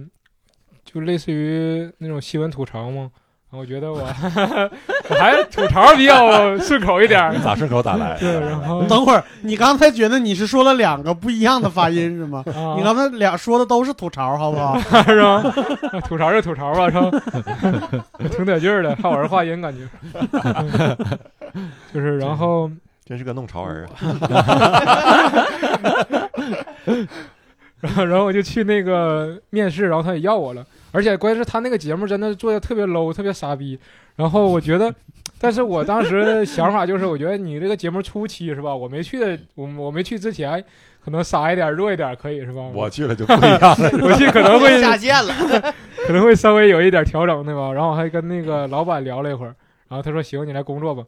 就类似于那种新闻吐槽嘛，然后我觉得我 [LAUGHS] 我还是吐槽比较顺口一
[LAUGHS]
点儿，
咋顺口咋来。
对，然后
等会儿，你刚才觉得你是说了两个不一样的发音是
[LAUGHS]
吗？
啊
你刚才俩说的都是吐槽，好不啊好？
是吧？吐槽就吐槽吧，是吧？ [LAUGHS] 挺得劲儿的，还玩话音感觉， [LAUGHS] 嗯就是然后
真是个弄潮儿啊！
[LAUGHS] 然后然后我就去那个面试，然后他也要我了，而且关键是他那个节目真的做的特别 low，特别傻逼。然后我觉得， [LAUGHS] 但是我当时的想法就是，我觉得你这个节目初期是吧？我没去的，我我没去之前，可能傻一点、弱一点可以是吧？
我去了就不一样了。
我去可能会
下线了，
可能会稍微有一点调整，对吧？然后我还跟那个老板聊了一会儿，然后他说行，你来工作吧。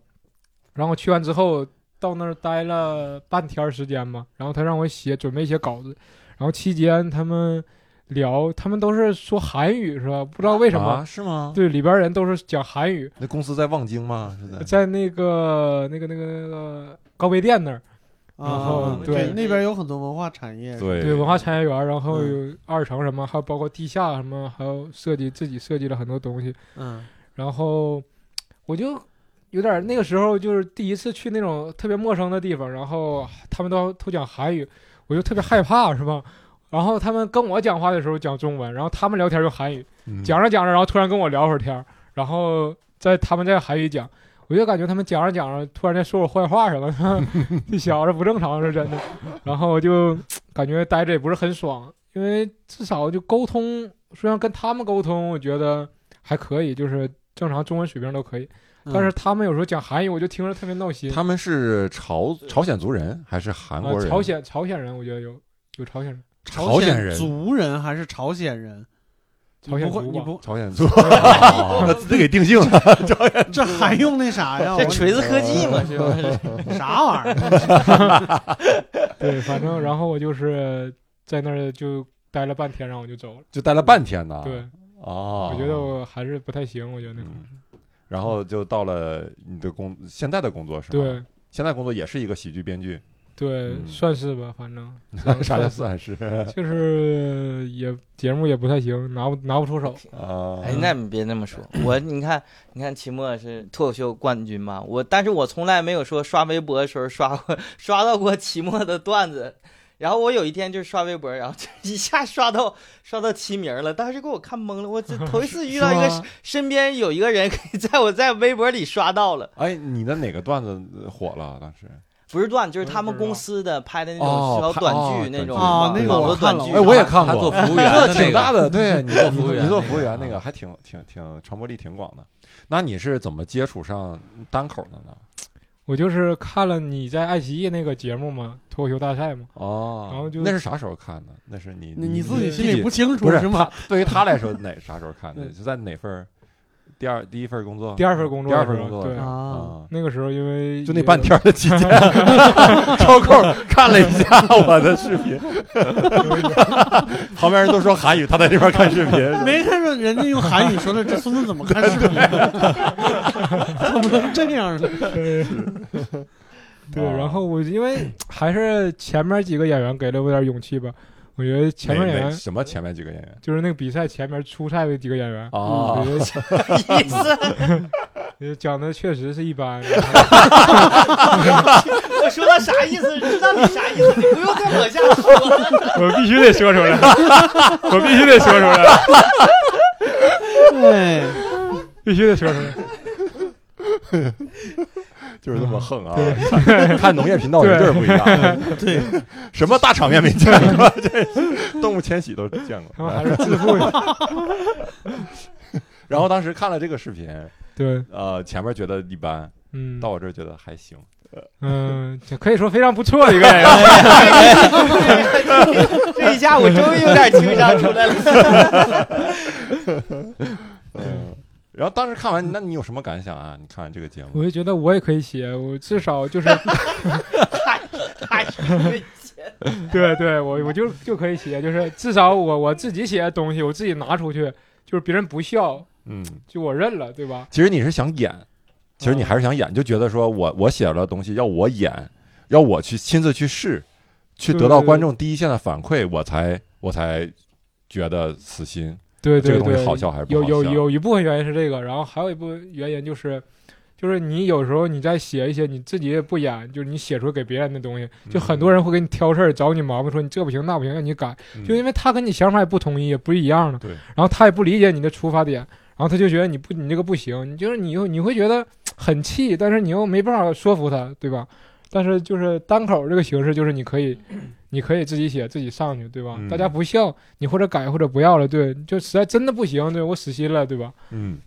然后去完之后到那儿待了半天儿时间嘛，然后他让我写准备写稿子，然后期间他们聊，他们都是说韩语是吧？不知道为什么，
啊？是吗？
对里边儿人都是讲韩语，
那公司在望京吗？是在
在那个那个那个那个高碑店那儿，然后
啊，
对
那边有很多文化产业。
嗯对
对文化产业园，然后有二层什么，还有包括地下什么，还有设计自己设计了很多东西。
嗯，
然后我就有点儿那个时候就是第一次去那种特别陌生的地方，然后他们都都讲韩语，我就特别害怕，是吧？然后他们跟我讲话的时候讲中文，然后他们聊天用韩语，
嗯
讲着讲着，然后突然跟我聊会儿天儿，然后在他们在韩语讲，我就感觉他们讲着讲着，突然间说我坏话什
[LAUGHS]
么的，这小子不正常是真的。然后我就感觉待着也不是很爽，因为至少就沟通，虽然跟他们沟通，我觉得还可以，就是正常中文水平都可以，
嗯
嗯
但是他们有时候讲韩语，我就听着特别闹心。
他呃们是朝朝鲜族人还是韩国
啊，
人？
朝鲜朝鲜人，我觉得有有朝
[LAUGHS]
鲜人，
朝鲜人
族人还是朝
[LAUGHS]
鲜人？
朝鲜
你不
族
会，
吧
你不
朝
[LAUGHS]
鲜族，哦那自己给定性了。
这还用那啥呀？啊我
这锤子科技嘛，是吧？
啥玩意儿？
对，反正然后我就是在那儿就待了半天，然后我就走了。
就待了半天呢。
对，
哦，
我觉得我还是不太行，我觉得那个
嗯。然后就到了你的工现在的工作是吧？，
对
现在工作也是一个喜剧编剧，
对，
嗯
算是吧，反正
[LAUGHS]
算
啥叫
算 [LAUGHS]
算是
就是也节目也不太行，拿不拿不出手。
[LAUGHS] 啊？
哎，那你别那么说，我你看，你看齐墨是脱口秀冠军嘛，我但是我从来没有说刷微博的时候刷过刷到过齐墨的段子。然后我有一天就是刷微博，然后就一下刷到刷到齐名了，当时给我看懵了，我这头一次遇到一个
是吗
身边有一个人可以在我在微博里刷到了，
哎，你的哪个段子呃火了？当时？
不是段，就是
我也
他们
不知道
公司的拍的那
哦
种小
拍
短
哦
剧那
短
种
剧
啊
网
那个
网
我
络
看
短
了
剧，
哎，我也看
他
过
做，服务员的
挺
那
大
个，
的，对你做
服务员
你做
那
服务
个
员那
啊
个还挺挺挺传播力挺广的。那你是怎么接触上单口的呢？
我就是看了你在爱奇艺那个节目嘛，脱口秀大赛嘛，
哦，
然后就
那是啥时候看的？那是你
你
你
自己心
自
里
己
不清楚
不是
是吗？
对于他来说，哪啥时候看的？
嗯
就在哪份儿第二第一份工作？
第二份工作
第
的
二
时
份
候，
工作
对，
啊，
啊，
那个时候因为
就那
也
半天儿的
[LAUGHS]
期间，抽空看了一下我的视 [LAUGHS] 频，旁边人都说韩语，他在这边看视频，
[LAUGHS] 没看着人家用韩语说的，这孙子怎么看
[LAUGHS]
视频？怎么能这样呢？
对，
啊
然后我因
[CLEARS THROAT]
为还是前面几个演员给了我点勇气吧，我觉得前面
哪
演
哪
员
什么前面几个演员
就是那个比赛前面出赛的几个演员，
啊
我觉
[LAUGHS]
得
意思。 [LAUGHS]
呃讲的确实是一般，
我说的啥意思？知道你啥意思？你不用再往下说。
我必须得说出
[LAUGHS]
来，我必须得说出来，
对，
必须得说出来。
[LAUGHS] 就是这么横啊！看看农业频道人就是不一样，
对，
什么大场面没见过， [LAUGHS] 这动物迁徙都见
他
过。
们还是自负
[LAUGHS]
的，
然后当时看了这个视频，
对，
呃，前面觉得一般，
嗯
到，我这儿觉得还行。
嗯，这可以说非常不错的一个演员，
[LAUGHS]
这一下我终于有点情商出来了。
嗯，然后当时看完，那你有什么感想啊？你看完这个节目
[LAUGHS] 我就觉得我也可以写，我至
[LAUGHS]
少就是
哎
对对，我我就就可以写，就是至少我我自己写的东西，我自己拿出去，就是别人不笑，
嗯，
就我认了，对吧？
其实你是想演，其实
嗯
你还是想演，就觉得说我我写了东西要我演，要我去亲自去试，去
对
得到
对
观众第一线的反馈，我才我才觉得死心。
对对
这
对，
个东西好笑还是不
有
好
有
笑
有一部分原因是这个，然后还有一部分原因就是，就是你有时候你在写一些你自己也不演，就是你写出给别人的东西，就很多人会给你挑事儿，找你毛病，说你这不行那不行，让你改，
嗯
就因为他跟你想法也不统一，也不是一样的，
对
然后他也不理解你的出发点，然后他就觉得你不你这个不行，你就是你又你会觉得很气，但是你又没办法说服他，对吧？但是就是单口这个形式，就是你可以，你可以自己写，自己上去，对吧？
嗯
大家不笑，你或者改或者不要了，对，就实在真的不行，对我死心了，对吧？
嗯，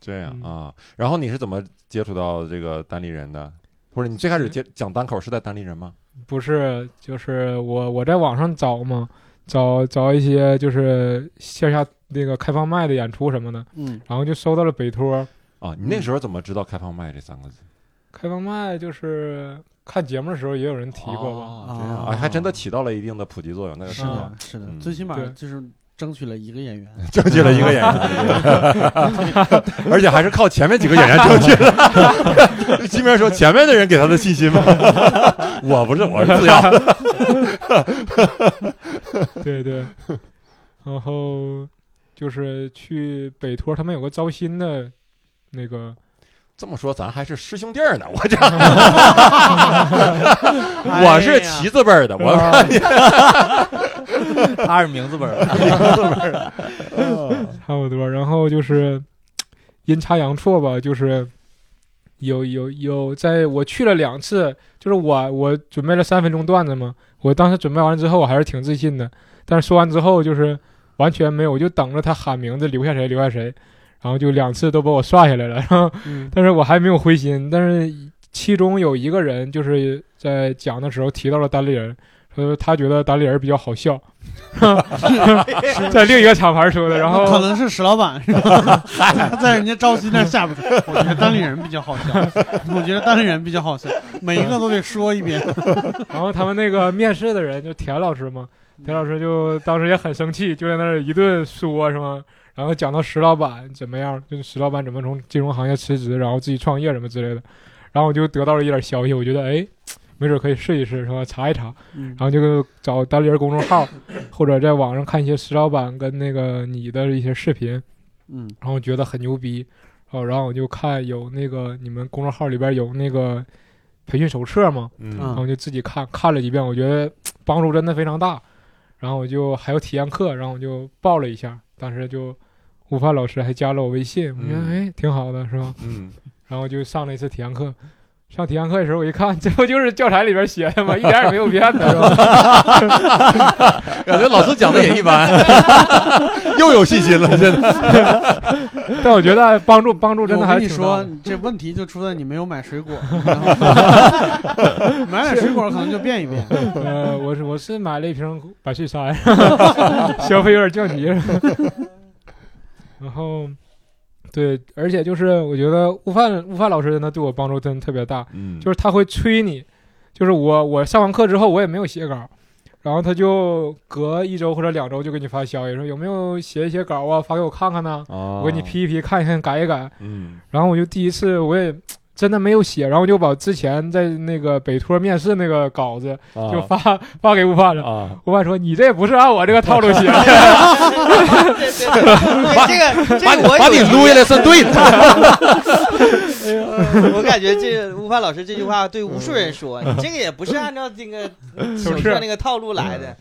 这样
嗯
啊。然后你是怎么接触到这个单立人的？或者你最开始接
嗯
讲单口是在单立人吗？
不是，就是我我在网上找嘛，找找一些就是线下那个开放麦的演出什么的，
嗯，
然后就收到了北托，
啊，你
嗯
那时候怎么知道“开放麦”这三个字？
开放麦就是看节目的时候也有人提过吧？
哦这样啊，还真的起到了一定的普及作用。那个
是
时候
的，啊是的
嗯，
最起码
对
就是争取了一个演员，
正确了一个演员， [LAUGHS] 而且还是靠前面几个演员正确的。金明说：“前面的人给他的信心吗？我不是，我是自由。
对对，然后就是去北托，他们有个招新的那个，
这么说，咱还是师兄弟儿呢。我这，
哎
我是旗字辈儿的，我
哦
他是名字本儿，
嗯
差不多。然后就是阴差阳错吧，就是有有有，在我去了两次，就是我我准备了三分钟段子嘛，我当时准备完了之后，我还是挺自信的，但是说完之后就是完全没有，我就等着他喊名字留下谁留下谁，然后就两次都把我刷下来了， [LAUGHS] 然后
嗯
但是我还没有灰心，但是其中有一个人就是在讲的时候提到了单立人。说他觉得单立人比较
[LAUGHS]
好笑，在另一个厂牌说的，然后
[LAUGHS] 可能是石老板是吧？
[LAUGHS]
他 [LAUGHS] 在人家招新那儿下边说，我觉得单立人比较好笑，我觉得单立人比较好笑，每一个都得说一遍。
然后他们那个面试的人就田老师嘛，田老师就当时也很生气，就在那儿一顿说什么，然后讲到石老板怎么样，就是石老板怎么从金融行业辞职，然后自己创业什么之类的，然后我就得到了一点消息，我觉得哎，没准可以试一试是吧，查一查，
嗯
然后就找单立人公众号，或者在网上看一些石老板跟那个你的一些视频，
[LAUGHS]
嗯
然后觉得很牛逼，哦，然后我就看有那个你们公众号里边有那个培训手册嘛，然
嗯
后就自己看看了一遍，我觉得帮助真的非常大。然后我就还有体验课，然后我就报了一下，当时就悟饭老师还加了我微信，我觉得
嗯
哎挺好的，是吧？
嗯，
然后就上了一次体验课。上体验课的时候，我一看， [LAUGHS] 这不就是教材里边写的吗？一点也没有变的，是吧？
感觉老师讲的也一般， [LAUGHS] 又有信心了，真的。
[LAUGHS] 但我觉得帮助帮助真的还
我跟
是
你
挺大
说
的，
你这问题就出在你没有买水果，
[LAUGHS]
买点水果可能就变一变。
呃，我是我是买了一瓶百岁山，消费有点降级了。 [LAUGHS] 然后，对，而且就是我觉得悟饭悟饭老师真的对我帮助真的特别大，
嗯，
就是他会催你，就是我我下完课之后我也没有写稿，然后他就隔一周或者两周就给你发消息说有没有写一写稿啊，发给我看看呢，
啊，
哦
我给你批一批看一看改一改。
嗯
然后我就第一次我也真的没有写，然后我就把之前在那个北托面试那个稿子
啊
就发、 [LAUGHS] 发给悟饭了。
啊，
悟饭说：“你这不是按我这个套路
[LAUGHS]
写的，
对对对这个这个我
把你
有
撸下来算对的。
我感觉这吴凡老师这句话对无数人说，你这个也不是按照这个手册那个套路来的。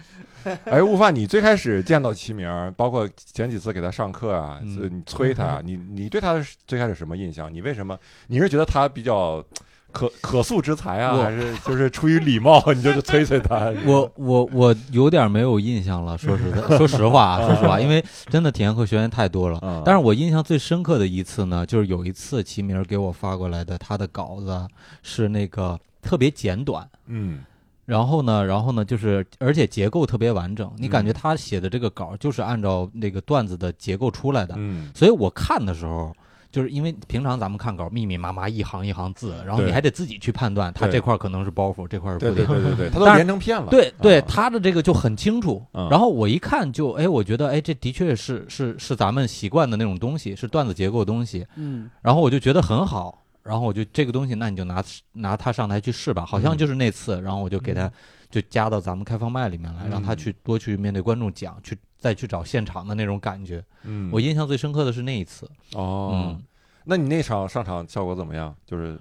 哎，悟饭，你最开始见到齐明儿，包括前几次给他上课啊，
嗯
是你催他，你你对他是最开始什么印象？你为什么？你是觉得他比较可可塑之才啊，
我
还是就是出于礼貌，你就是催催他？
我我我有点没有印象了，说实在，说实话啊，说实话，因为真的体验课学员太多了。
啊，
但是我印象最深刻的一次呢，就是有一次齐明儿给我发过来的他的稿子是那个特别简短，
嗯
然后呢，然后呢就是而且结构特别完整，你感觉
嗯
他写的这个稿就是按照那个段子的结构出来的，
嗯
所以我看的时候。就是因为平常咱们看稿密密麻麻一行一行字，然后你
对
还得自己去判断，他
对
这块儿可能是包袱，这块儿是
对
铺
对
垫。
对对对，他都
但是
连成片了。
对对，
啊
他的这个就很清楚。
嗯
然后我一看就，哎，我觉得，哎，这的确是是是咱们习惯的那种东西，是段子结构的东西。
嗯，
然后我就觉得很好，然后我就这个东西，那你就拿拿它上台去试吧。好像就是那次，然后我就给他就加到咱们开放麦里面来，让他去多去面对观众讲，去再去找现场的那种感觉。
嗯，
我印象最深刻的是那一次。
哦
嗯，
那你那场上场效果怎么样？就是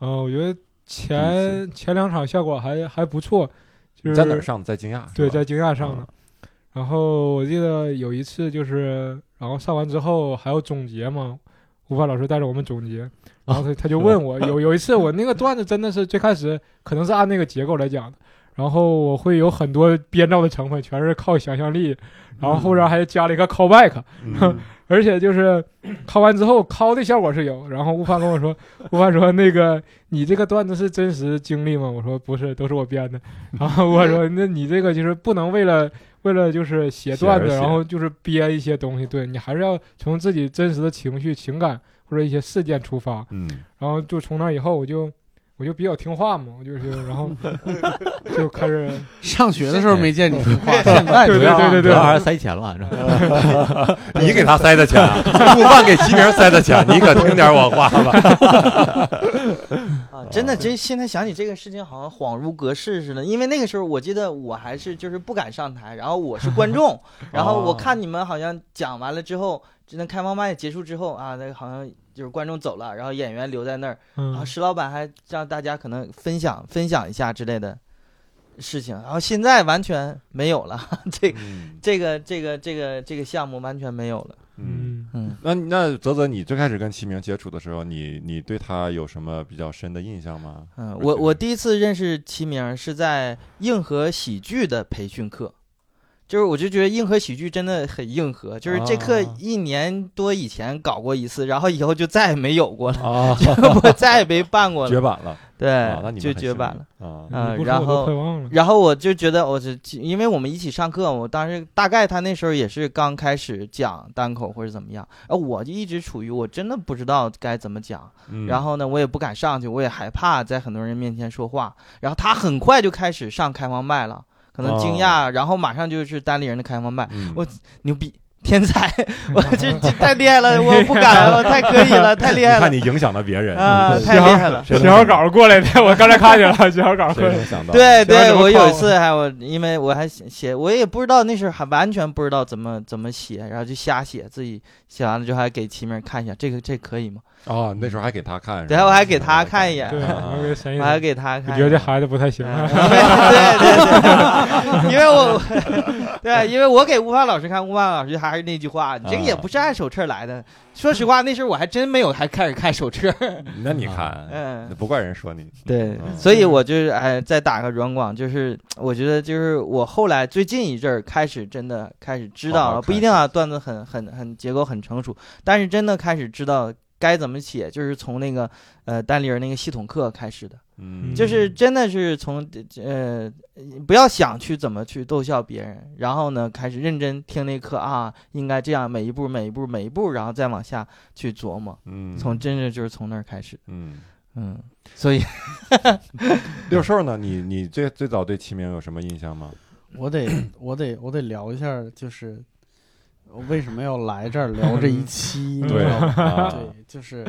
嗯，我觉得前前两场效果还还不错，就
你
是
在哪儿上的？在惊讶？
对，
是吧啊
在惊讶上的。然后我记得有一次就是，然后上完之后还要总结嘛，吴凡老师带着我们总结，然后他他就问
啊
我，有有一次我那个段子真的是最开始可能是按那个结构来讲的，然后我会有很多编造的成分，全是靠想象力，然后后边还加了一个 callback，、
[LAUGHS] 嗯
[LAUGHS]
而且就是拷完之后拷的效果是有。然后悟饭跟我说， [LAUGHS] 悟饭说那个你这个段子是真实经历吗？我说不是，都是我编的。 [LAUGHS] 然后我说那你这个就是不能为了为了就是写段子，
写而写
然后就是编一些东西，对你还是要从自己真实的情绪、情感或者一些事件出发。
嗯
然后就从那以后我就。我就比较听话嘛，我就是，然后就开始，
上学的时候没见你听话，现在
[LAUGHS] 对
就
对
要
对对啊对
主要还是塞钱了，是吧
你给他塞的钱，啊 [LAUGHS] 悟饭给齐明塞的钱，你可听点我话吧。
啊，真的，这现在想起这个事情，好像恍如隔世似的。因为那个时候，我记得我还是就是不敢上台，然后我是观众，然后我看你们好像讲完了之后，就那开放麦结束之后啊，那个好像就是观众走了，然后演员留在那儿，然
嗯
后，石老板还让大家可能分享分享一下之类的事情，然后现在完全没有了， [LAUGHS] 这
嗯
这个这个这个这个项目完全没有了。
嗯，
嗯，
嗯，
那那泽泽，你最开始跟齐明接触的时候，你你对他有什么比较深的印象吗？
嗯，
而
我
且
我第一次认识齐明是在硬核喜剧的培训课，就是我就觉得硬核喜剧真的很硬核，就是这课
啊
一年多以前搞过一次，然后以后就再也没有过 [LAUGHS] 了，
啊，
我再也没办过
绝
了，
版了，啊那
对，
你们
哎就
还
绝
行
版了。
啊
啊
你不说
然
我都
后
快忘了，
然后我就觉得我是，因为我们一起上课，我当时大概他那时候也是刚开始讲单口或者怎么样，啊，我就一直处于我真的不知道该怎么讲，
嗯
然后呢，我也不敢上去，我也害怕在很多人面前说话。然后他很快就开始上开放麦了，可能
哦
惊讶，然后马上就是单立人的开放麦，
嗯
我牛逼，天才！ [LAUGHS] 我这这太厉害了，我不敢，我太可以了，太厉
你
害
看
了
你嗯影响了别人
啊， [LAUGHS] 太厉害了。
谁能
写好稿过来的，我刚才看见了，写好稿过
谁
来
能，想到？
对
这玩意儿
对，
怎么
我有
考
一次还我因为我还写写，我也不知道那时候还完全不知道怎么怎么写，然后就瞎写，自己写完了之后还给齐明看一下，这个这可以吗？
啊，那时候还给他看，
对，我还给他看一眼，
对，
啊
我给神一
我还给他看
我
[LAUGHS] 一眼，
觉得这孩子不太行
嗯对对对， [LAUGHS] 因为我对，因为我给悟饭老师看，悟饭老师还是那句话，你这个也不是按手册来的。说实话，那时候我还真没有还开始看手册。
那你看，
嗯，
不怪人说你，
[LAUGHS] 对
嗯
所以我就是哎，再打个软广，就是我觉得就是我后来最近一阵儿开始真的开始知道
好好
了，
看
不一定啊，段子很很很结构很成熟，但是真的开始知道该怎么写，就是从那个呃单立人那个系统课开始的。
嗯，
就是真的是从呃，不要想去怎么去逗笑别人，然后呢，开始认真听那课啊，应该这样每一步每一步每一步，然后再往下去琢磨，
嗯，
从真的就是从那儿开始，
嗯，
嗯，所以
六兽呢？你你最最早对齐名有什么印象吗？
我得，我得，我得聊一下，就是我为什么要来这儿聊这一期，你知
对
道
[LAUGHS]
吗？
啊
嗯对，就是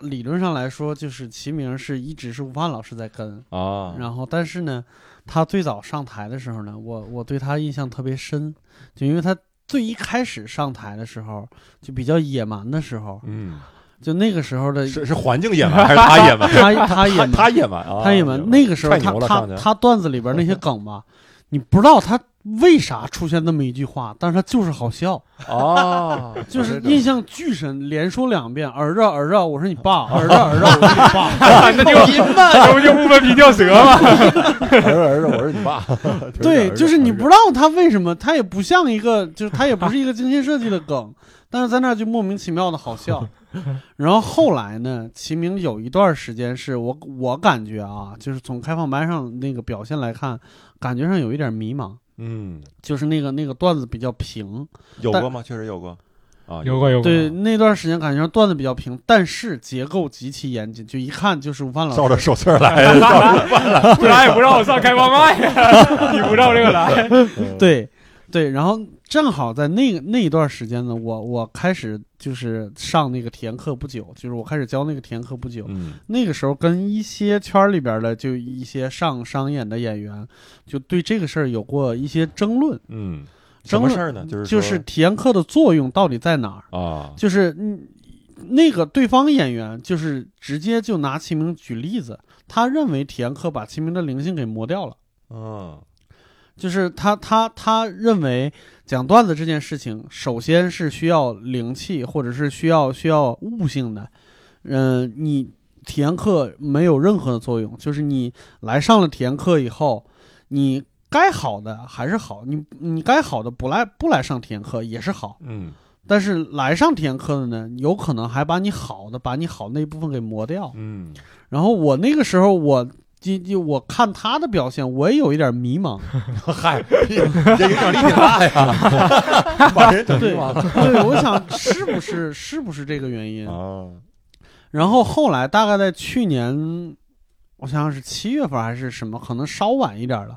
理论上来说，就是齐名是一直是吴范老师在跟，
啊，
然后但是呢，他最早上台的时候呢，我我对他印象特别深，就因为他最一开始上台的时候，就比较野蛮的时候，
嗯，
就那个时候的
是是环境野蛮还是他
[LAUGHS]
野蛮？ [LAUGHS]
他他
[LAUGHS]
野蛮，
他野蛮啊，
他野蛮。那个时候
踹
他
牛了
他
上去
他段子里边那些梗吧， [LAUGHS] 你不知道他为啥出现那么一句话，但是他就是好笑，
啊，
[LAUGHS] 就是印象巨深，连说两遍，儿子儿子，我是你爸，儿子儿子，我是你爸。
那就
[LAUGHS]
那不就不分皮吊蛇吗？
[LAUGHS] 儿子儿子，我是
[LAUGHS]
你爸。
对，就是你不知道他为什么，他也不像一个，就是他也不是一个精心设计的梗，但是在那儿就莫名其妙的
[LAUGHS]
好笑。然后后来呢，齐明有一段时间是我我感觉啊，就是从开放班上那个表现来看，感觉上有一点迷茫。
嗯，
就是那个那个段子比较平，
有过吗？确实有过啊，
有过有过，
对，那段时间感觉上段子比较平，但是结构极其严谨，就一看就是吴范老
照
师。
着手册来。
不然也不让我上开放麦，你不照这个来，
对，对，然后正好在那个那一段时间呢，我我开始就是上那个体验课不久，就是我开始教那个体验课不久，
嗯，
那个时候跟一些圈儿里边的就一些上商演的演员，就对这个事儿有过一些争论，
嗯，什
争
么
论
事儿呢？就是
就
就是
体验课的作用到底在哪儿？
啊，
就是嗯，那个对方演员就是直接就拿齐明举例子，他认为体验课把齐明的灵性给磨掉了，
嗯
就是他他他认为讲段子这件事情，首先是需要灵气，或者是需要需要悟性的，嗯、你体验课没有任何的作用，就是你来上了体验课以后，你。该好的还是好，你你该好的不来不来上体验课也是好，
嗯
但是来上体验课的呢，有可能还把你好的，把你好那一部分给磨掉。
嗯
然后我那个时候我。就就我看他的表现，我也有一点迷茫。
[LAUGHS] 嗨，这影响力挺大呀， [LAUGHS] 把人整
对
迷茫
对，我想是不是是不是这个原因？
啊，
然后后来大概在去年，我想想是七月份还是什么，可能稍晚一点了。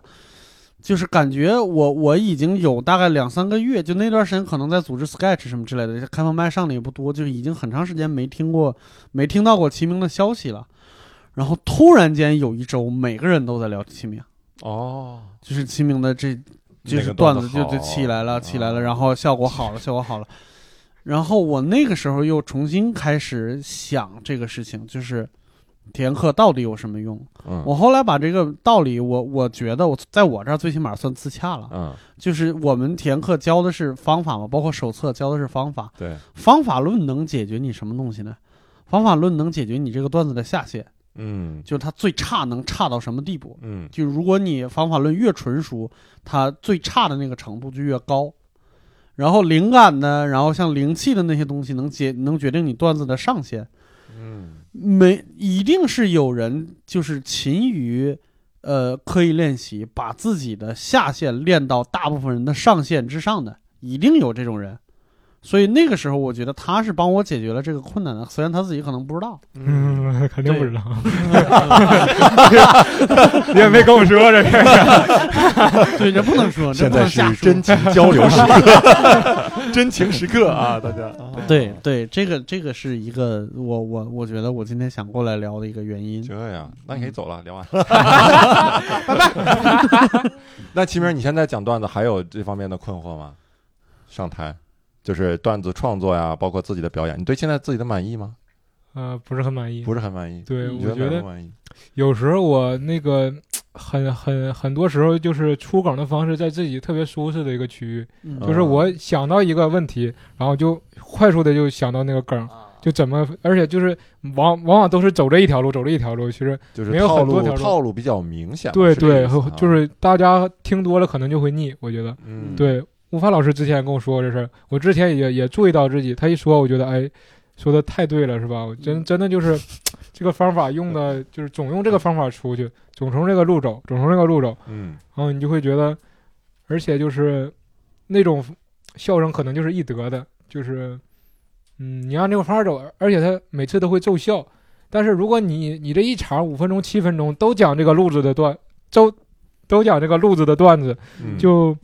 就是感觉我我已经有大概两三个月，就那段时间可能在组织 sketch 什么之类的，开放麦上的也不多，就是已经很长时间没听过、没听到过齐明的消息了。然后突然间有一周，每个人都在聊齐明，
哦，
就是齐明的这就
那
是
个
段
段
子就
好
就起来了，起来了，
啊
然后效果好了，效果好了。然后我那个时候又重新开始想这个事情，就是体验课到底有什么用？
嗯
我后来把这个道理，我我觉得我在我这儿最起码算自洽了。
嗯，
就是我们体验课教的是方法嘛，包括手册教的是方法，
对，
方法论能解决你什么东西呢？方法论能解决你这个段子的下限，
嗯
就是它最差能差到什么地步？
嗯
就如果你方法论越纯熟，它最差的那个程度就越高。然后灵感呢，然后像灵气的那些东西，能决能决定你段子的上限。
嗯
没一定是有人就是勤于，呃，刻意练习，把自己的下限练到大部分人的上限之上的，一定有这种人。所以那个时候，我觉得他是帮我解决了这个困难的，虽然他自己可能不知道。
嗯，肯定不知道，你也没跟我说这个，
对，这不能说，这
现
不能
在
瞎
是
说。
真情交流时刻，
[LAUGHS]
真情时刻啊，大家。
对对，这个这个是一个我我我觉得我今天想过来聊的一个原因。
这样，那你可以走了，聊完了，拜拜。那齐明，你现在讲段子还有这方面的困惑吗？上台，就是段子创作呀，包括自己的表演，你对现在自己的满意吗？
呃，不是很满意。
不是很满意。
对，
你
我
觉
觉
得哪儿
得
不满意？
有时候我那个很很很多时候就是出梗的方式，在自己特别舒适的一个区域，
嗯
就是我想到一个问题，然后就快速的就想到那个梗，
啊
就怎么，而且就是往往往都是走这一条路，走这一条路，其实
就是
没有
套
很多
路
条
套路比较明显嘛，
对
是这个
对
意思，
就
啊
是大家听多了可能就会腻，我觉得。
嗯，
对，吴凡老师之前跟我说过这事儿，我之前也也注意到自己，他一说，我觉得哎，说的太对了，是吧？我
嗯
真真的就是 [SNIFFS] 这个方法用的，就是总用这个方法出去，总从这个路走，总从这个路走，
嗯，
然后你就会觉得，而且就是那种笑声可能就是易得的，就是嗯，你按这个方法走，而且他每次都会奏效。但是如果你你这一场五分钟七分钟都讲这个路子的段，都都讲这个路子的段子，
嗯
就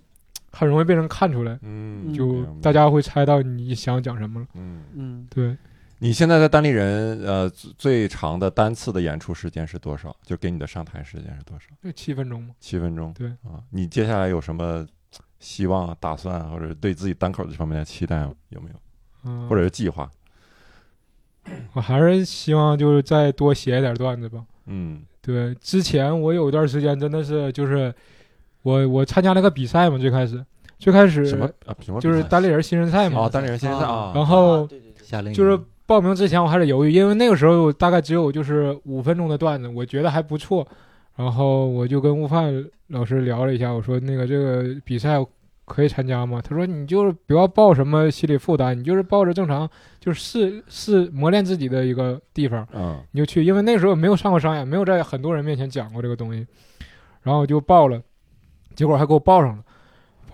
很容易被人看出来，
嗯
就
明白
大家会猜到你想讲什么了。
嗯，
嗯，
对，
你现在在单立人呃最最长的单次的演出时间是多少？就给你的上台时间是多少？
就七分钟嘛。
七分钟。
对
啊，你接下来有什么希望、啊打算，或者对自己单口这方面的期待吗有没有？
嗯，
或者是计划？
我还是希望就是再多写一点段子吧。
嗯
对，之前我有一段时间真的是就是我我参加了个比赛嘛，最开始最开始
什么啊？什么
就是单立人新人赛
啊，
嘛，
单立人先生
哦
啊，
哦然后
对对对，
夏令营
嗯
就是报名之前我还是犹豫，因为那个时候我大概只有就是五分钟的段子，我觉得还不错，然后我就跟悟饭老师聊了一下，我说那个这个比赛可以参加吗？他说你就是不要抱什么心理负担，你就是抱着正常就是试试磨练自己的一个地方，
嗯
你就去，因为那时候没有上过商演，没有在很多人面前讲过这个东西，然后我就报了，结果还给我报上了，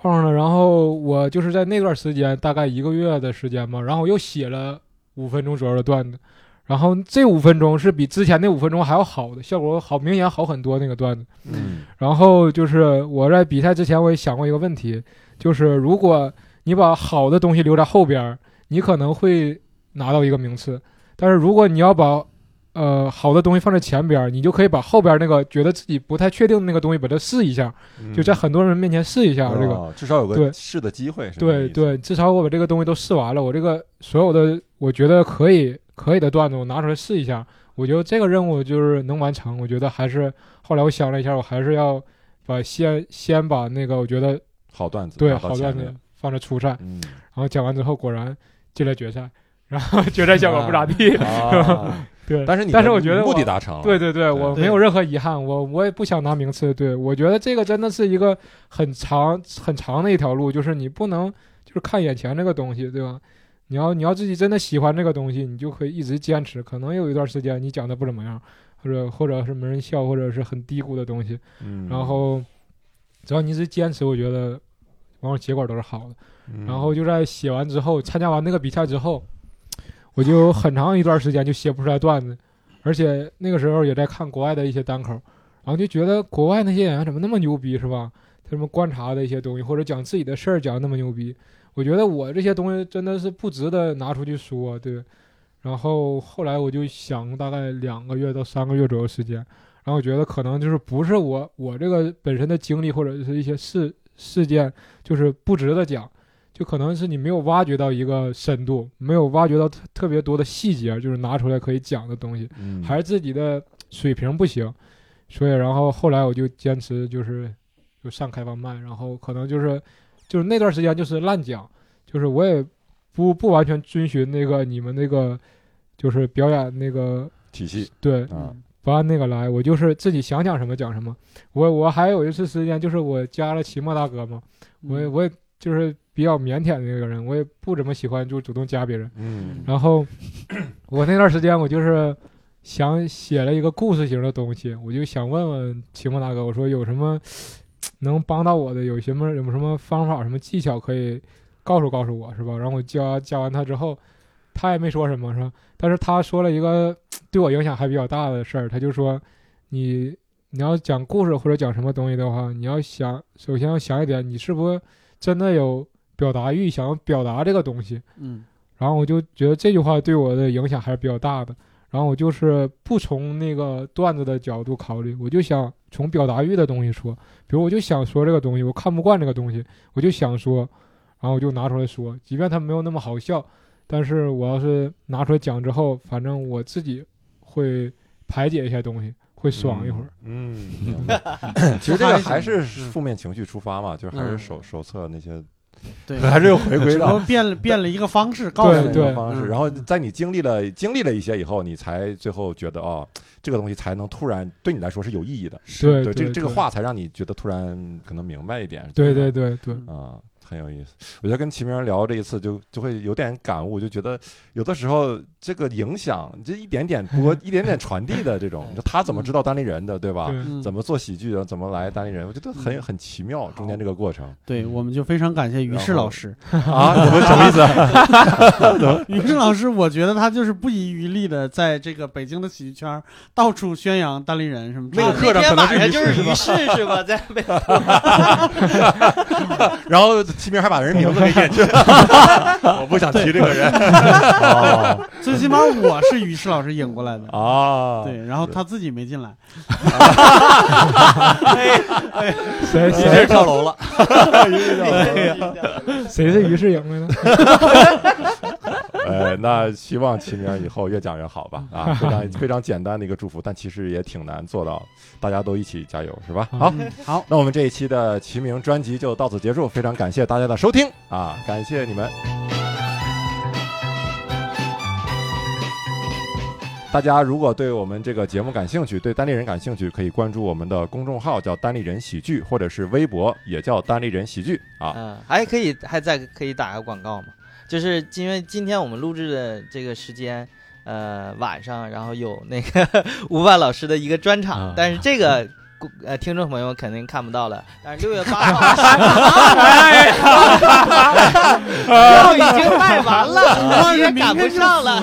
报上了。然后我就是在那段时间，大概一个月的时间吧，然后我又写了五分钟左右的段子，然后这五分钟是比之前那五分钟还要好的，效果好，明显好很多那个段子。
嗯
然后就是我在比赛之前，我也想过一个问题，就是如果你把好的东西留在后边儿，你可能会拿到一个名次；但是如果你要把呃好的东西放在前边儿，你就可以把后边儿那个觉得自己不太确定的那个东西，把它试一下，
嗯
[LAUGHS] 就在很多人面前试一下这个。
哦至少有个
对
试的机会，是这个
对
意思，
对，至少我把这个东西都试完了，我这个所有的我觉得可以可以的段子，我拿出来试一下。我觉得这个任务就是能完成。我觉得还是后来我想了一下，我还是要把先先把那个我觉得
好段子，
对
拿到
好段
前
子
面，
放在初赛，然 [LAUGHS]
嗯，
后讲完之后果然进了决赛，然后决赛效果不咋地。 [LAUGHS]
[LAUGHS] 啊
对，
但是你的
但是我觉得
目
我
的达成了，
对对对，我
啊对
没有任何遗憾，我我也不想拿名次。对我觉得这个真的是一个很长很长的一条路，就是你不能就是看眼前这个东西，对吧？你要你要自己真的喜欢这个东西，你就可以一直坚持。可能有一段时间你讲的不怎么样，或者或者是没人笑，或者是很低谷的东西，
嗯，
然后只要你一直坚持，我觉得往往结果都是好的。
嗯
然后就在写完之后，参加完那个比赛之后，我就很长一段时间就写不出来段子，而且那个时候也在看国外的一些单口，然后就觉得国外那些演员怎么那么牛逼，是吧？他们观察的一些东西，或者讲自己的事儿讲得那么牛逼，我觉得我这些东西真的是不值得拿出去说，对。然后后来我就想，大概两个月到三个月左右时间，然后我觉得可能就是不是我我这个本身的经历或者是一些事事件，就是不值得讲，就可能是你没有挖掘到一个深度，没有挖掘到特特别多的细节，就是拿出来可以讲的东西，
嗯
还是自己的水平不行，所以然后后来我就坚持就是就上开放麦，然后可能就是就是那段时间就是乱讲，就是我也不不完全遵循那个你们那个就是表演那个
体系
对
嗯
啊，
不按那个来，我就是自己想讲什么讲什么。我我还有一次时间，就是我加了齐墨大哥嘛，我也
嗯
我也就是比较腼腆的那个人，我也不怎么喜欢就主动加别人。
嗯
然后我那段时间我就是想写了一个故事型的东西，我就想问问齐墨大哥，我说有什么能帮到我的，有什么有什么方法、什么技巧可以告诉告诉我，是吧？然后我加加完他之后，他也没说什么，是吧？但是他说了一个对我影响还比较大的事儿，他就说你你要讲故事或者讲什么东西的话，你要想首先要想一点，你是不是真的有表达欲，想要表达这个东西。
嗯
然后我就觉得这句话对我的影响还是比较大的。然后我就是不从那个段子的角度考虑，我就想从表达欲的东西说，比如我就想说这个东西，我看不惯这个东西，我就想说，然后我就拿出来说，即便它没有那么好笑，但是我要是拿出来讲之后，反正我自己会排解一些东西，会爽一会儿。 [LAUGHS]
嗯， [LAUGHS] 其实这个还是
嗯
负面情绪出发嘛，就是还是
嗯
手手册那些，
对，
还是又回归
只不
[LAUGHS]
过
到
变了变了一个方式，告诉
对
你
这
对
个方式。
嗯
然后在你经历了经历了一些以后，你才最后觉得哦，这个东西才能突然对你来说是有意义的。
对
对，这个这个
对
话才让你觉得突然可能明白一点。
对对对对，
啊，很有意思。我觉得跟齐明聊这一次就，就会有点感悟，就觉得有的时候这个影响，这一点点
[LAUGHS]
播，一点点传递的这种，你说他怎么知道当地人的，对吧？
嗯对
嗯
怎么做喜剧的，怎么来当地人，我觉得很很奇妙，中间这个过程
对，我们就非常感谢于适老师。
嗯
啊，我们什么意思？
于适老师，我觉得他就是不遗余力的在这个北京的喜剧圈儿到处宣扬单立人什么之类
啊
的。
那天晚上就是于适是吧？在 [LAUGHS] 被
然后齐明还把人名字给念去， [LAUGHS] 我不想提这个 [LAUGHS] 人哦
最起码我是于适老师引过来的。
[LAUGHS] 啊，
对，然后他自己没进来，
谁
直
[LAUGHS]
接
谁
跳楼了。
啊
谁是于世颖来着？
[LAUGHS] 呃，那希望秦明以后越讲越好吧。啊，非常非常简单的一个祝福，但其实也挺难做到，大家都一起加油，是吧？好，
嗯好，
那我们这一期的齐名专辑就到此结束，非常感谢大家的收听啊，感谢你们。大家如果对我们这个节目感兴趣，对单立人感兴趣，可以关注我们的公众号叫“单立人喜剧”，或者是微博也叫“单立人喜剧”啊。
嗯，还可以，还在可以打个广告嘛？就是因为今天我们录制的这个时间，呃，晚上，然后有那个 [LAUGHS] 吴范老师的一个专场，
啊
但是这个。呃，听众朋友们肯定看不到了，但是六月八号 [LAUGHS] 票已经卖完了，也赶不上了。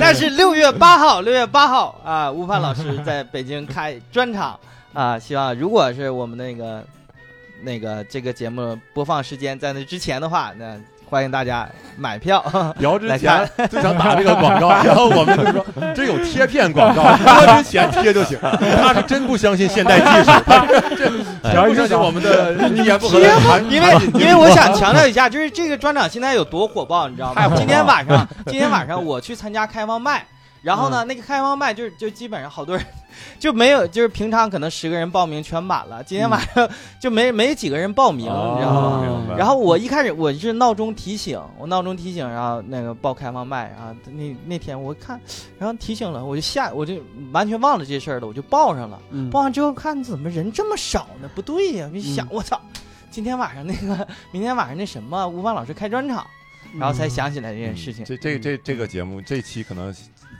但是六月八号，六月八号啊，吴范老师在北京开专场啊，希望如果是我们那个那个这个节目播放时间在那之前的话，那欢迎大家买票。
聊之
来
前
看
就想打这个广告，然后我们就说这有贴片广告，播之前贴就行。他是真不相信现代技术，这这哎不相信我们 [LAUGHS] 的一言不合的产
因为因为我想强调一下，就是这个专场现在有多火爆，你知道
太火？
吗
爆
今天晚上，今天晚上我去参加开放麦，然后呢，
嗯
那个开放麦就就基本上好多人 [LAUGHS] 就没有，就是平常可能十个人报名全满了，今天晚
嗯
上就没没几个人报名，你知道吗？
明白
然后我一开始我是闹钟提醒，我闹钟提醒，然后那个报开放麦，然后那那天我看，然后提醒了，我就下我就完全忘了这事儿了，我就报上了。
嗯
报完之后看怎么人这么少呢？不对呀、一想我操，今天晚上那个，明天晚上那什么，吴凡老师开专场，然后才想起来这件事情。
这这这这个节目这期可能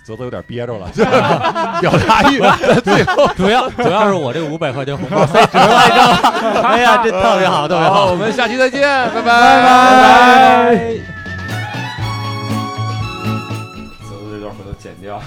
泽泽有点憋着了， [LAUGHS] 表达 [LAUGHS] 欲最后
主要主要是我这五百块钱红包塞折了，你知道吗？哎呀，这特别好，特别好。
我们下期再见，拜拜
拜
拜。泽泽这段回头剪掉。